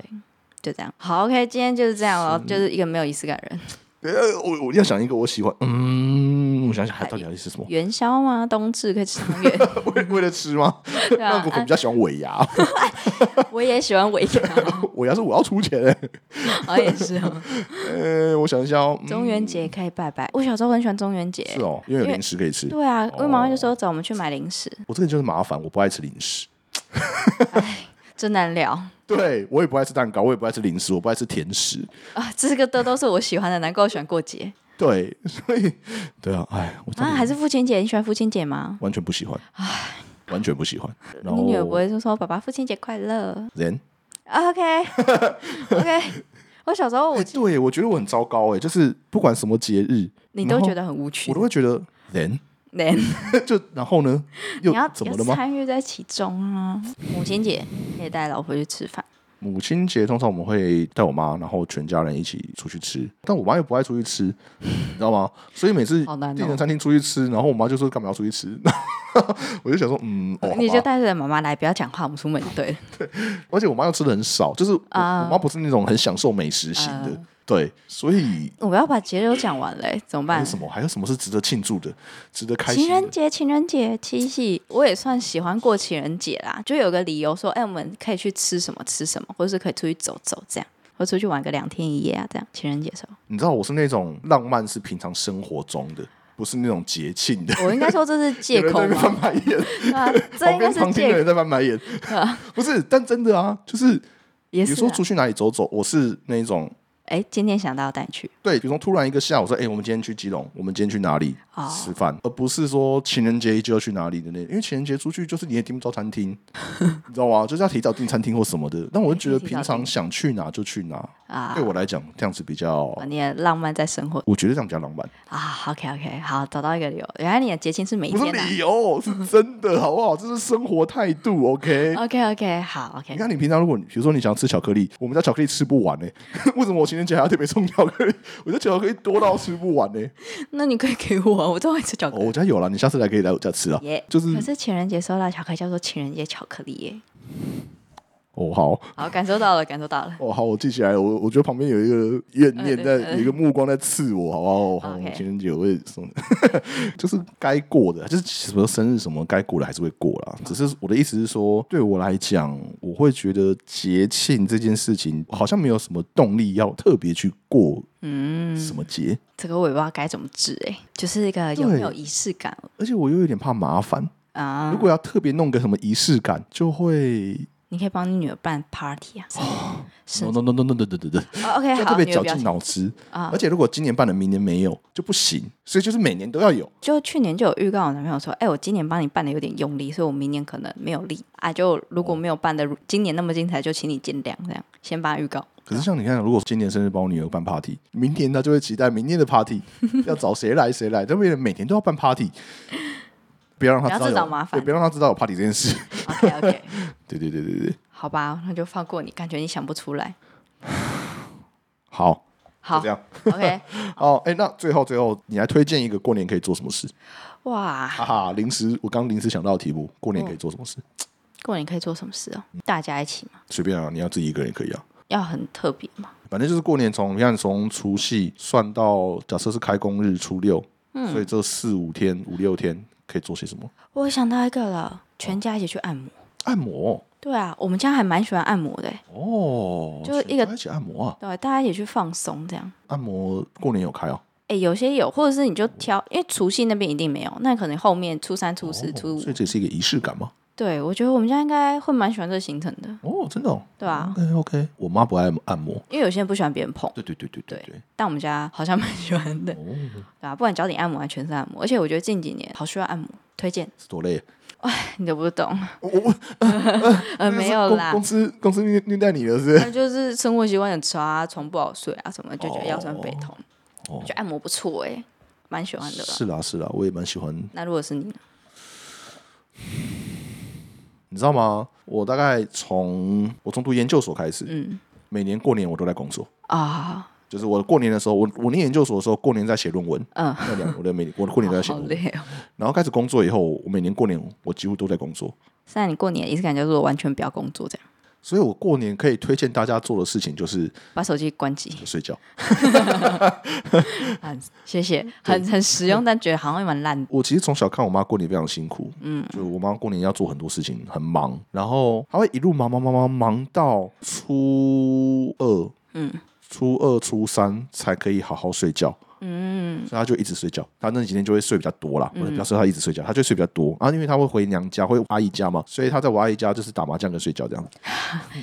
[SPEAKER 1] 就这样。好，OK，今天就是这样了，就是一个没有仪式感的人。
[SPEAKER 2] 呃，我我要想一个我喜欢，嗯，我想想，还到底要是什么？
[SPEAKER 1] 元宵吗？冬至可以吃汤圆。
[SPEAKER 2] 为为了吃吗？
[SPEAKER 1] 对
[SPEAKER 2] 那
[SPEAKER 1] 啊
[SPEAKER 2] 我可能比较喜欢尾牙，
[SPEAKER 1] 我也喜欢尾牙，
[SPEAKER 2] 尾牙是我要出钱 的。
[SPEAKER 1] 我也是哦。
[SPEAKER 2] 呃，我想一下哦，嗯
[SPEAKER 1] 中元节可以拜拜，我小时候很喜欢中元节。
[SPEAKER 2] 是哦，因为有零食可以吃。
[SPEAKER 1] 对啊，因为妈妈就说找我们去买零食，
[SPEAKER 2] 我这个人就是麻烦，我不爱吃零食。
[SPEAKER 1] 真难聊
[SPEAKER 2] 对我也不爱吃蛋糕，我也不爱吃零食，我不爱吃甜食。
[SPEAKER 1] 啊！这个都都是我喜欢的，难怪我喜欢过节
[SPEAKER 2] 对， 所以对啊，哎，我真
[SPEAKER 1] 啊。
[SPEAKER 2] 的
[SPEAKER 1] 还是父亲节，你喜欢父亲节吗？
[SPEAKER 2] 完全不喜欢，完全不喜欢。然
[SPEAKER 1] 你
[SPEAKER 2] 后
[SPEAKER 1] 女儿不会就说“爸爸父亲节快乐
[SPEAKER 2] 人，
[SPEAKER 1] ”？OK OK，我小时候
[SPEAKER 2] 哎
[SPEAKER 1] 我
[SPEAKER 2] 对我觉得我很糟糕哎，就是不管什么节日，
[SPEAKER 1] 你
[SPEAKER 2] 然
[SPEAKER 1] 都
[SPEAKER 2] 后
[SPEAKER 1] 觉得很无趣
[SPEAKER 2] 我都，会觉得人
[SPEAKER 1] 难
[SPEAKER 2] 就然后呢又
[SPEAKER 1] 你要
[SPEAKER 2] 怎
[SPEAKER 1] 要
[SPEAKER 2] 么了吗？
[SPEAKER 1] 参与在其中啊。母亲节可以带老婆去吃饭，
[SPEAKER 2] 母亲节通常我们会带我妈，然后全家人一起出去吃，但我妈又不爱出去吃， 你知道吗？所以每次
[SPEAKER 1] 好难
[SPEAKER 2] 订成
[SPEAKER 1] 哦。
[SPEAKER 2] 餐厅出去吃，然后我妈就说干嘛要出去吃， 我就想说嗯哦，好
[SPEAKER 1] 你就
[SPEAKER 2] 吧
[SPEAKER 1] 带着妈妈来，不要讲话，我们出门就对了。
[SPEAKER 2] 而且我妈又吃的很少，就是我,、
[SPEAKER 1] 啊
[SPEAKER 2] 我妈不是那种很享受美食型的，对，所以
[SPEAKER 1] 我要把节日都讲完嘞、怎么
[SPEAKER 2] 还有
[SPEAKER 1] 办？
[SPEAKER 2] 什么还有什么是值得庆祝的，值得开
[SPEAKER 1] 啊情
[SPEAKER 2] 心
[SPEAKER 1] 人
[SPEAKER 2] 的？
[SPEAKER 1] 节，情人节，七夕，我也算喜欢过情人节啦，就有个理由说，哎、我们可以去吃什么吃什么，或者是可以出去走走这样，或者出去玩个两天一夜啊，这样情人节的时候，
[SPEAKER 2] 你知道我是那种浪漫是平常生活中的，不是那种节庆的。
[SPEAKER 1] 我应该说这是借
[SPEAKER 2] 有人在
[SPEAKER 1] 口
[SPEAKER 2] 那边翻
[SPEAKER 1] 吗？
[SPEAKER 2] 白眼，
[SPEAKER 1] 对啊， 这应该
[SPEAKER 2] 旁边
[SPEAKER 1] 是
[SPEAKER 2] 旁听的
[SPEAKER 1] 借
[SPEAKER 2] 人
[SPEAKER 1] 口，
[SPEAKER 2] 在翻白眼， 不是，但真的啊，就是
[SPEAKER 1] 也
[SPEAKER 2] 比
[SPEAKER 1] 是
[SPEAKER 2] 如说
[SPEAKER 1] 啊。
[SPEAKER 2] 出去哪里走走，我是那种
[SPEAKER 1] 哎、今天想到带你去，
[SPEAKER 2] 对，比如说突然一个下午说，哎、我们今天去基隆，我们今天去哪里、
[SPEAKER 1] 哦
[SPEAKER 2] 吃饭，而不是说情人节一就要去哪里的那，因为情人节出去就是你也订不到 餐厅，你知道吗？就是要提早订餐厅或什么的。但我就觉得
[SPEAKER 1] 提早
[SPEAKER 2] 平常想去哪就去哪，
[SPEAKER 1] 啊
[SPEAKER 2] 对我来讲这样子比较，
[SPEAKER 1] 把你的浪漫在生活
[SPEAKER 2] 我觉得这样比较浪漫，
[SPEAKER 1] 啊。OK OK，好，找到一个理由，原来你的节庆是每一
[SPEAKER 2] 不是
[SPEAKER 1] 天啊的、
[SPEAKER 2] 理由，是真的好不好？这是生活态度，OK。
[SPEAKER 1] OK OK，好
[SPEAKER 2] 你
[SPEAKER 1] OK，
[SPEAKER 2] 看，你平常如果你比如说你想要吃巧克力，我们家巧克力吃不完呢、 为什么我情人节还要特别送巧克力？我家巧克力多到吃不完呢、欸
[SPEAKER 1] 那你可以给我啊，我都会吃巧克
[SPEAKER 2] 哦，
[SPEAKER 1] 力。
[SPEAKER 2] 我家有了，你下次来可以来我家吃啊。
[SPEAKER 1] 耶
[SPEAKER 2] 就是
[SPEAKER 1] 可是情人节收到的巧克力叫做情人节巧克力耶，
[SPEAKER 2] 哦，好，
[SPEAKER 1] 好，感受到了，感受到了。
[SPEAKER 2] 哦，好，我记起来了。我我觉得旁边有一个怨念在，
[SPEAKER 1] 嗯对
[SPEAKER 2] 有一个目光在刺我，好不好？我好
[SPEAKER 1] OK
[SPEAKER 2] 情人节我会送， 就是该过的，就是什么生日什么该过的还是会过啦。只是我的意思是说，对我来讲，我会觉得节庆这件事情好像没有什么动力要特别去过
[SPEAKER 1] 嗯，
[SPEAKER 2] 什么节，
[SPEAKER 1] 这个我也不知道该怎么治哎、就是一个有没有
[SPEAKER 2] 对
[SPEAKER 1] 仪式感
[SPEAKER 2] 而且我又有点怕麻烦。
[SPEAKER 1] 啊？
[SPEAKER 2] 如果要特别弄个什么仪式感，就会
[SPEAKER 1] 你可以帮你女儿办 party 啊什么的。是
[SPEAKER 2] no no no no no no no no no，
[SPEAKER 1] 哦 OK，
[SPEAKER 2] 就
[SPEAKER 1] 好，
[SPEAKER 2] 特别
[SPEAKER 1] 女儿
[SPEAKER 2] 绞
[SPEAKER 1] 不要
[SPEAKER 2] 尽
[SPEAKER 1] 去
[SPEAKER 2] 脑汁。
[SPEAKER 1] 啊
[SPEAKER 2] 而且如果今年办了，明年没有就不行，所以就是每年都要有。
[SPEAKER 1] 就去年就有预告我男朋友说，哎、我今年帮你办的有点用力，所以我明年可能没有力啊。就如果没有办的今年那么精彩，就请你见谅，这样先把它预告。
[SPEAKER 2] 可是像你看，如果今年生日帮我女儿办 party，明年她就会期待明年的 party 要找谁来谁来，但为了每年都要办 party，不要让她知道
[SPEAKER 1] 不要自
[SPEAKER 2] 有
[SPEAKER 1] 找麻烦
[SPEAKER 2] 对，不要让她知道有 party 这件事。
[SPEAKER 1] OK OK，
[SPEAKER 2] 对对对对对，
[SPEAKER 1] 好吧，那就放过你，感觉你想不出来。
[SPEAKER 2] 好，就
[SPEAKER 1] 好
[SPEAKER 2] 这样。
[SPEAKER 1] ，OK，
[SPEAKER 2] 哦，哎，那最后最后，你来推荐一个过年可以做什么事？
[SPEAKER 1] 哇，
[SPEAKER 2] 哈哈，临时我刚临时想到的题目，过年可以做什么事？
[SPEAKER 1] 过年可以做什么事哦？大家一起嘛，
[SPEAKER 2] 随便啊，你要自己一个人也可以啊。
[SPEAKER 1] 要很特别嘛。
[SPEAKER 2] 反正就是过年从你看从除夕算到假设是开工日初六，
[SPEAKER 1] 嗯
[SPEAKER 2] 所以这四五天五六天可以做些什么？
[SPEAKER 1] 我想到一个了，全家一起去按摩。
[SPEAKER 2] 按摩
[SPEAKER 1] 对啊，我们家还蛮喜欢按摩的欸，
[SPEAKER 2] 哦，
[SPEAKER 1] 就是一个
[SPEAKER 2] 全家一起按摩啊，
[SPEAKER 1] 对，大家一起去放松这样。
[SPEAKER 2] 按摩过年有开哦，
[SPEAKER 1] 哎，有些有，或者是你就挑，因为除夕那边一定没有，那可能后面初三、初四、初
[SPEAKER 2] 哦
[SPEAKER 1] 五
[SPEAKER 2] 所以这也是一个仪式感嘛。
[SPEAKER 1] 对，我觉得我们家应该会蛮喜欢这个行程的，
[SPEAKER 2] 哦，真的、哦，
[SPEAKER 1] 对啊
[SPEAKER 2] OK OK，我妈不爱按摩，
[SPEAKER 1] 因为有些人不喜欢别人碰，
[SPEAKER 2] 对对对对对，
[SPEAKER 1] 但我们家好像蛮喜欢的，对
[SPEAKER 2] 哦
[SPEAKER 1] 啊？不管脚底按摩还是全身按摩，而且我觉得近几年好需要按摩，推荐
[SPEAKER 2] 是多累。
[SPEAKER 1] 你都不懂，
[SPEAKER 2] 我我
[SPEAKER 1] 呃，没有啦
[SPEAKER 2] 哎公，司公司虐虐待你了是不是？
[SPEAKER 1] 那就是生活习惯很差啊，床不好睡啊什么，就觉得腰酸背痛，
[SPEAKER 2] 哦
[SPEAKER 1] 我觉得按摩不错哎、蛮喜欢的啦。
[SPEAKER 2] 是啦是啦，我也蛮喜欢
[SPEAKER 1] 那如果是你呢？
[SPEAKER 2] 你知道吗？我大概从我从读研究所开始，
[SPEAKER 1] 嗯
[SPEAKER 2] 每年过年我都在工作。
[SPEAKER 1] 啊，
[SPEAKER 2] 就是我过年的时候，我我念研究所的时候，过年在写论文，
[SPEAKER 1] 嗯，
[SPEAKER 2] 那两我的每我的过年都在写
[SPEAKER 1] 好
[SPEAKER 2] 论文。
[SPEAKER 1] 累哦。
[SPEAKER 2] 然后开始工作以后，我每年过年我几乎都在工作，
[SPEAKER 1] 现在你过年的仪式感就是完全不要工作这样，
[SPEAKER 2] 所以我过年可以推荐大家做的事情就是
[SPEAKER 1] 把手机关机。
[SPEAKER 2] 睡觉。
[SPEAKER 1] 啊，谢谢，很很实用，但觉得好像也蛮烂的。
[SPEAKER 2] 我其实从小看我妈过年非常辛苦，嗯，就我妈过年要做很多事情，很忙，然后她会一路忙忙忙忙忙到初二，
[SPEAKER 1] 嗯，
[SPEAKER 2] 初二初三才可以好好睡觉。
[SPEAKER 1] 嗯，
[SPEAKER 2] 所以他就一直睡觉，他那几天就会睡比较多啦。我不要说他一直睡觉，他就睡比较多啊，因为他会回娘家，会阿姨家嘛，所以他在我阿姨家就是打麻将跟睡 觉这样，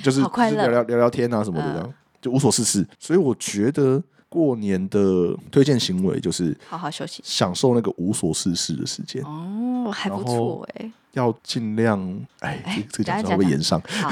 [SPEAKER 2] 就是
[SPEAKER 1] 好快乐嗯
[SPEAKER 2] 就是聊聊聊聊天啊什么的这样，就无所事事。所以我觉得过年的推荐行为就是
[SPEAKER 1] 好好休息。
[SPEAKER 2] 享受那个无所事事的时间，
[SPEAKER 1] 哦，还不错哎、
[SPEAKER 2] 要尽量哎，这这个讲出来会不会延上，
[SPEAKER 1] 好，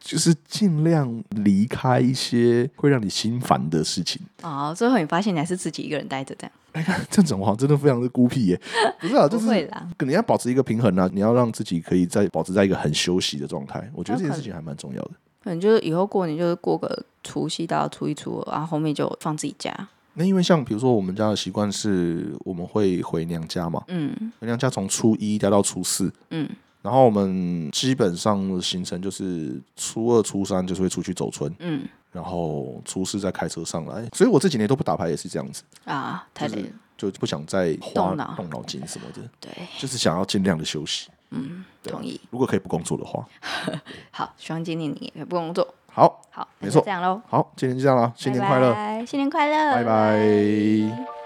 [SPEAKER 2] 就是尽量离开一些会让你心烦的事情。
[SPEAKER 1] 哦，最后你发现你还是自己一个人待着这样，
[SPEAKER 2] 这种话真的非常的孤僻耶，不是啊，就
[SPEAKER 1] 不
[SPEAKER 2] 是
[SPEAKER 1] 会啦。
[SPEAKER 2] 可能要保持一个平衡啊，你要让自己可以在保持在一个很休息的状态。我觉得这件事情还蛮重要的。
[SPEAKER 1] 可能就是以后过年就是过个除夕到初一初二，然后后面就放自己家。
[SPEAKER 2] 那因为像比如说我们家的习惯是，我们会回娘家嘛，
[SPEAKER 1] 嗯
[SPEAKER 2] 回娘家从初一待到初四，
[SPEAKER 1] 嗯，
[SPEAKER 2] 然后我们基本上的行程就是初二、初三就是会出去走村，
[SPEAKER 1] 嗯
[SPEAKER 2] 然后初四再开车上来。所以我这几年都不打牌也是这样子，
[SPEAKER 1] 啊，太累了。
[SPEAKER 2] 就不想再花
[SPEAKER 1] 动脑
[SPEAKER 2] 动脑筋什么的，
[SPEAKER 1] 对，
[SPEAKER 2] 就是想要尽量的休息。
[SPEAKER 1] 嗯，同意。
[SPEAKER 2] 如果可以不工作的话，
[SPEAKER 1] 好，希望今年你也可以不工作。
[SPEAKER 2] 好
[SPEAKER 1] 好，那
[SPEAKER 2] 没
[SPEAKER 1] 就
[SPEAKER 2] 错
[SPEAKER 1] 这样喽。
[SPEAKER 2] 好，今天就这样啦，新年快乐，
[SPEAKER 1] 拜拜新年快乐，
[SPEAKER 2] 拜拜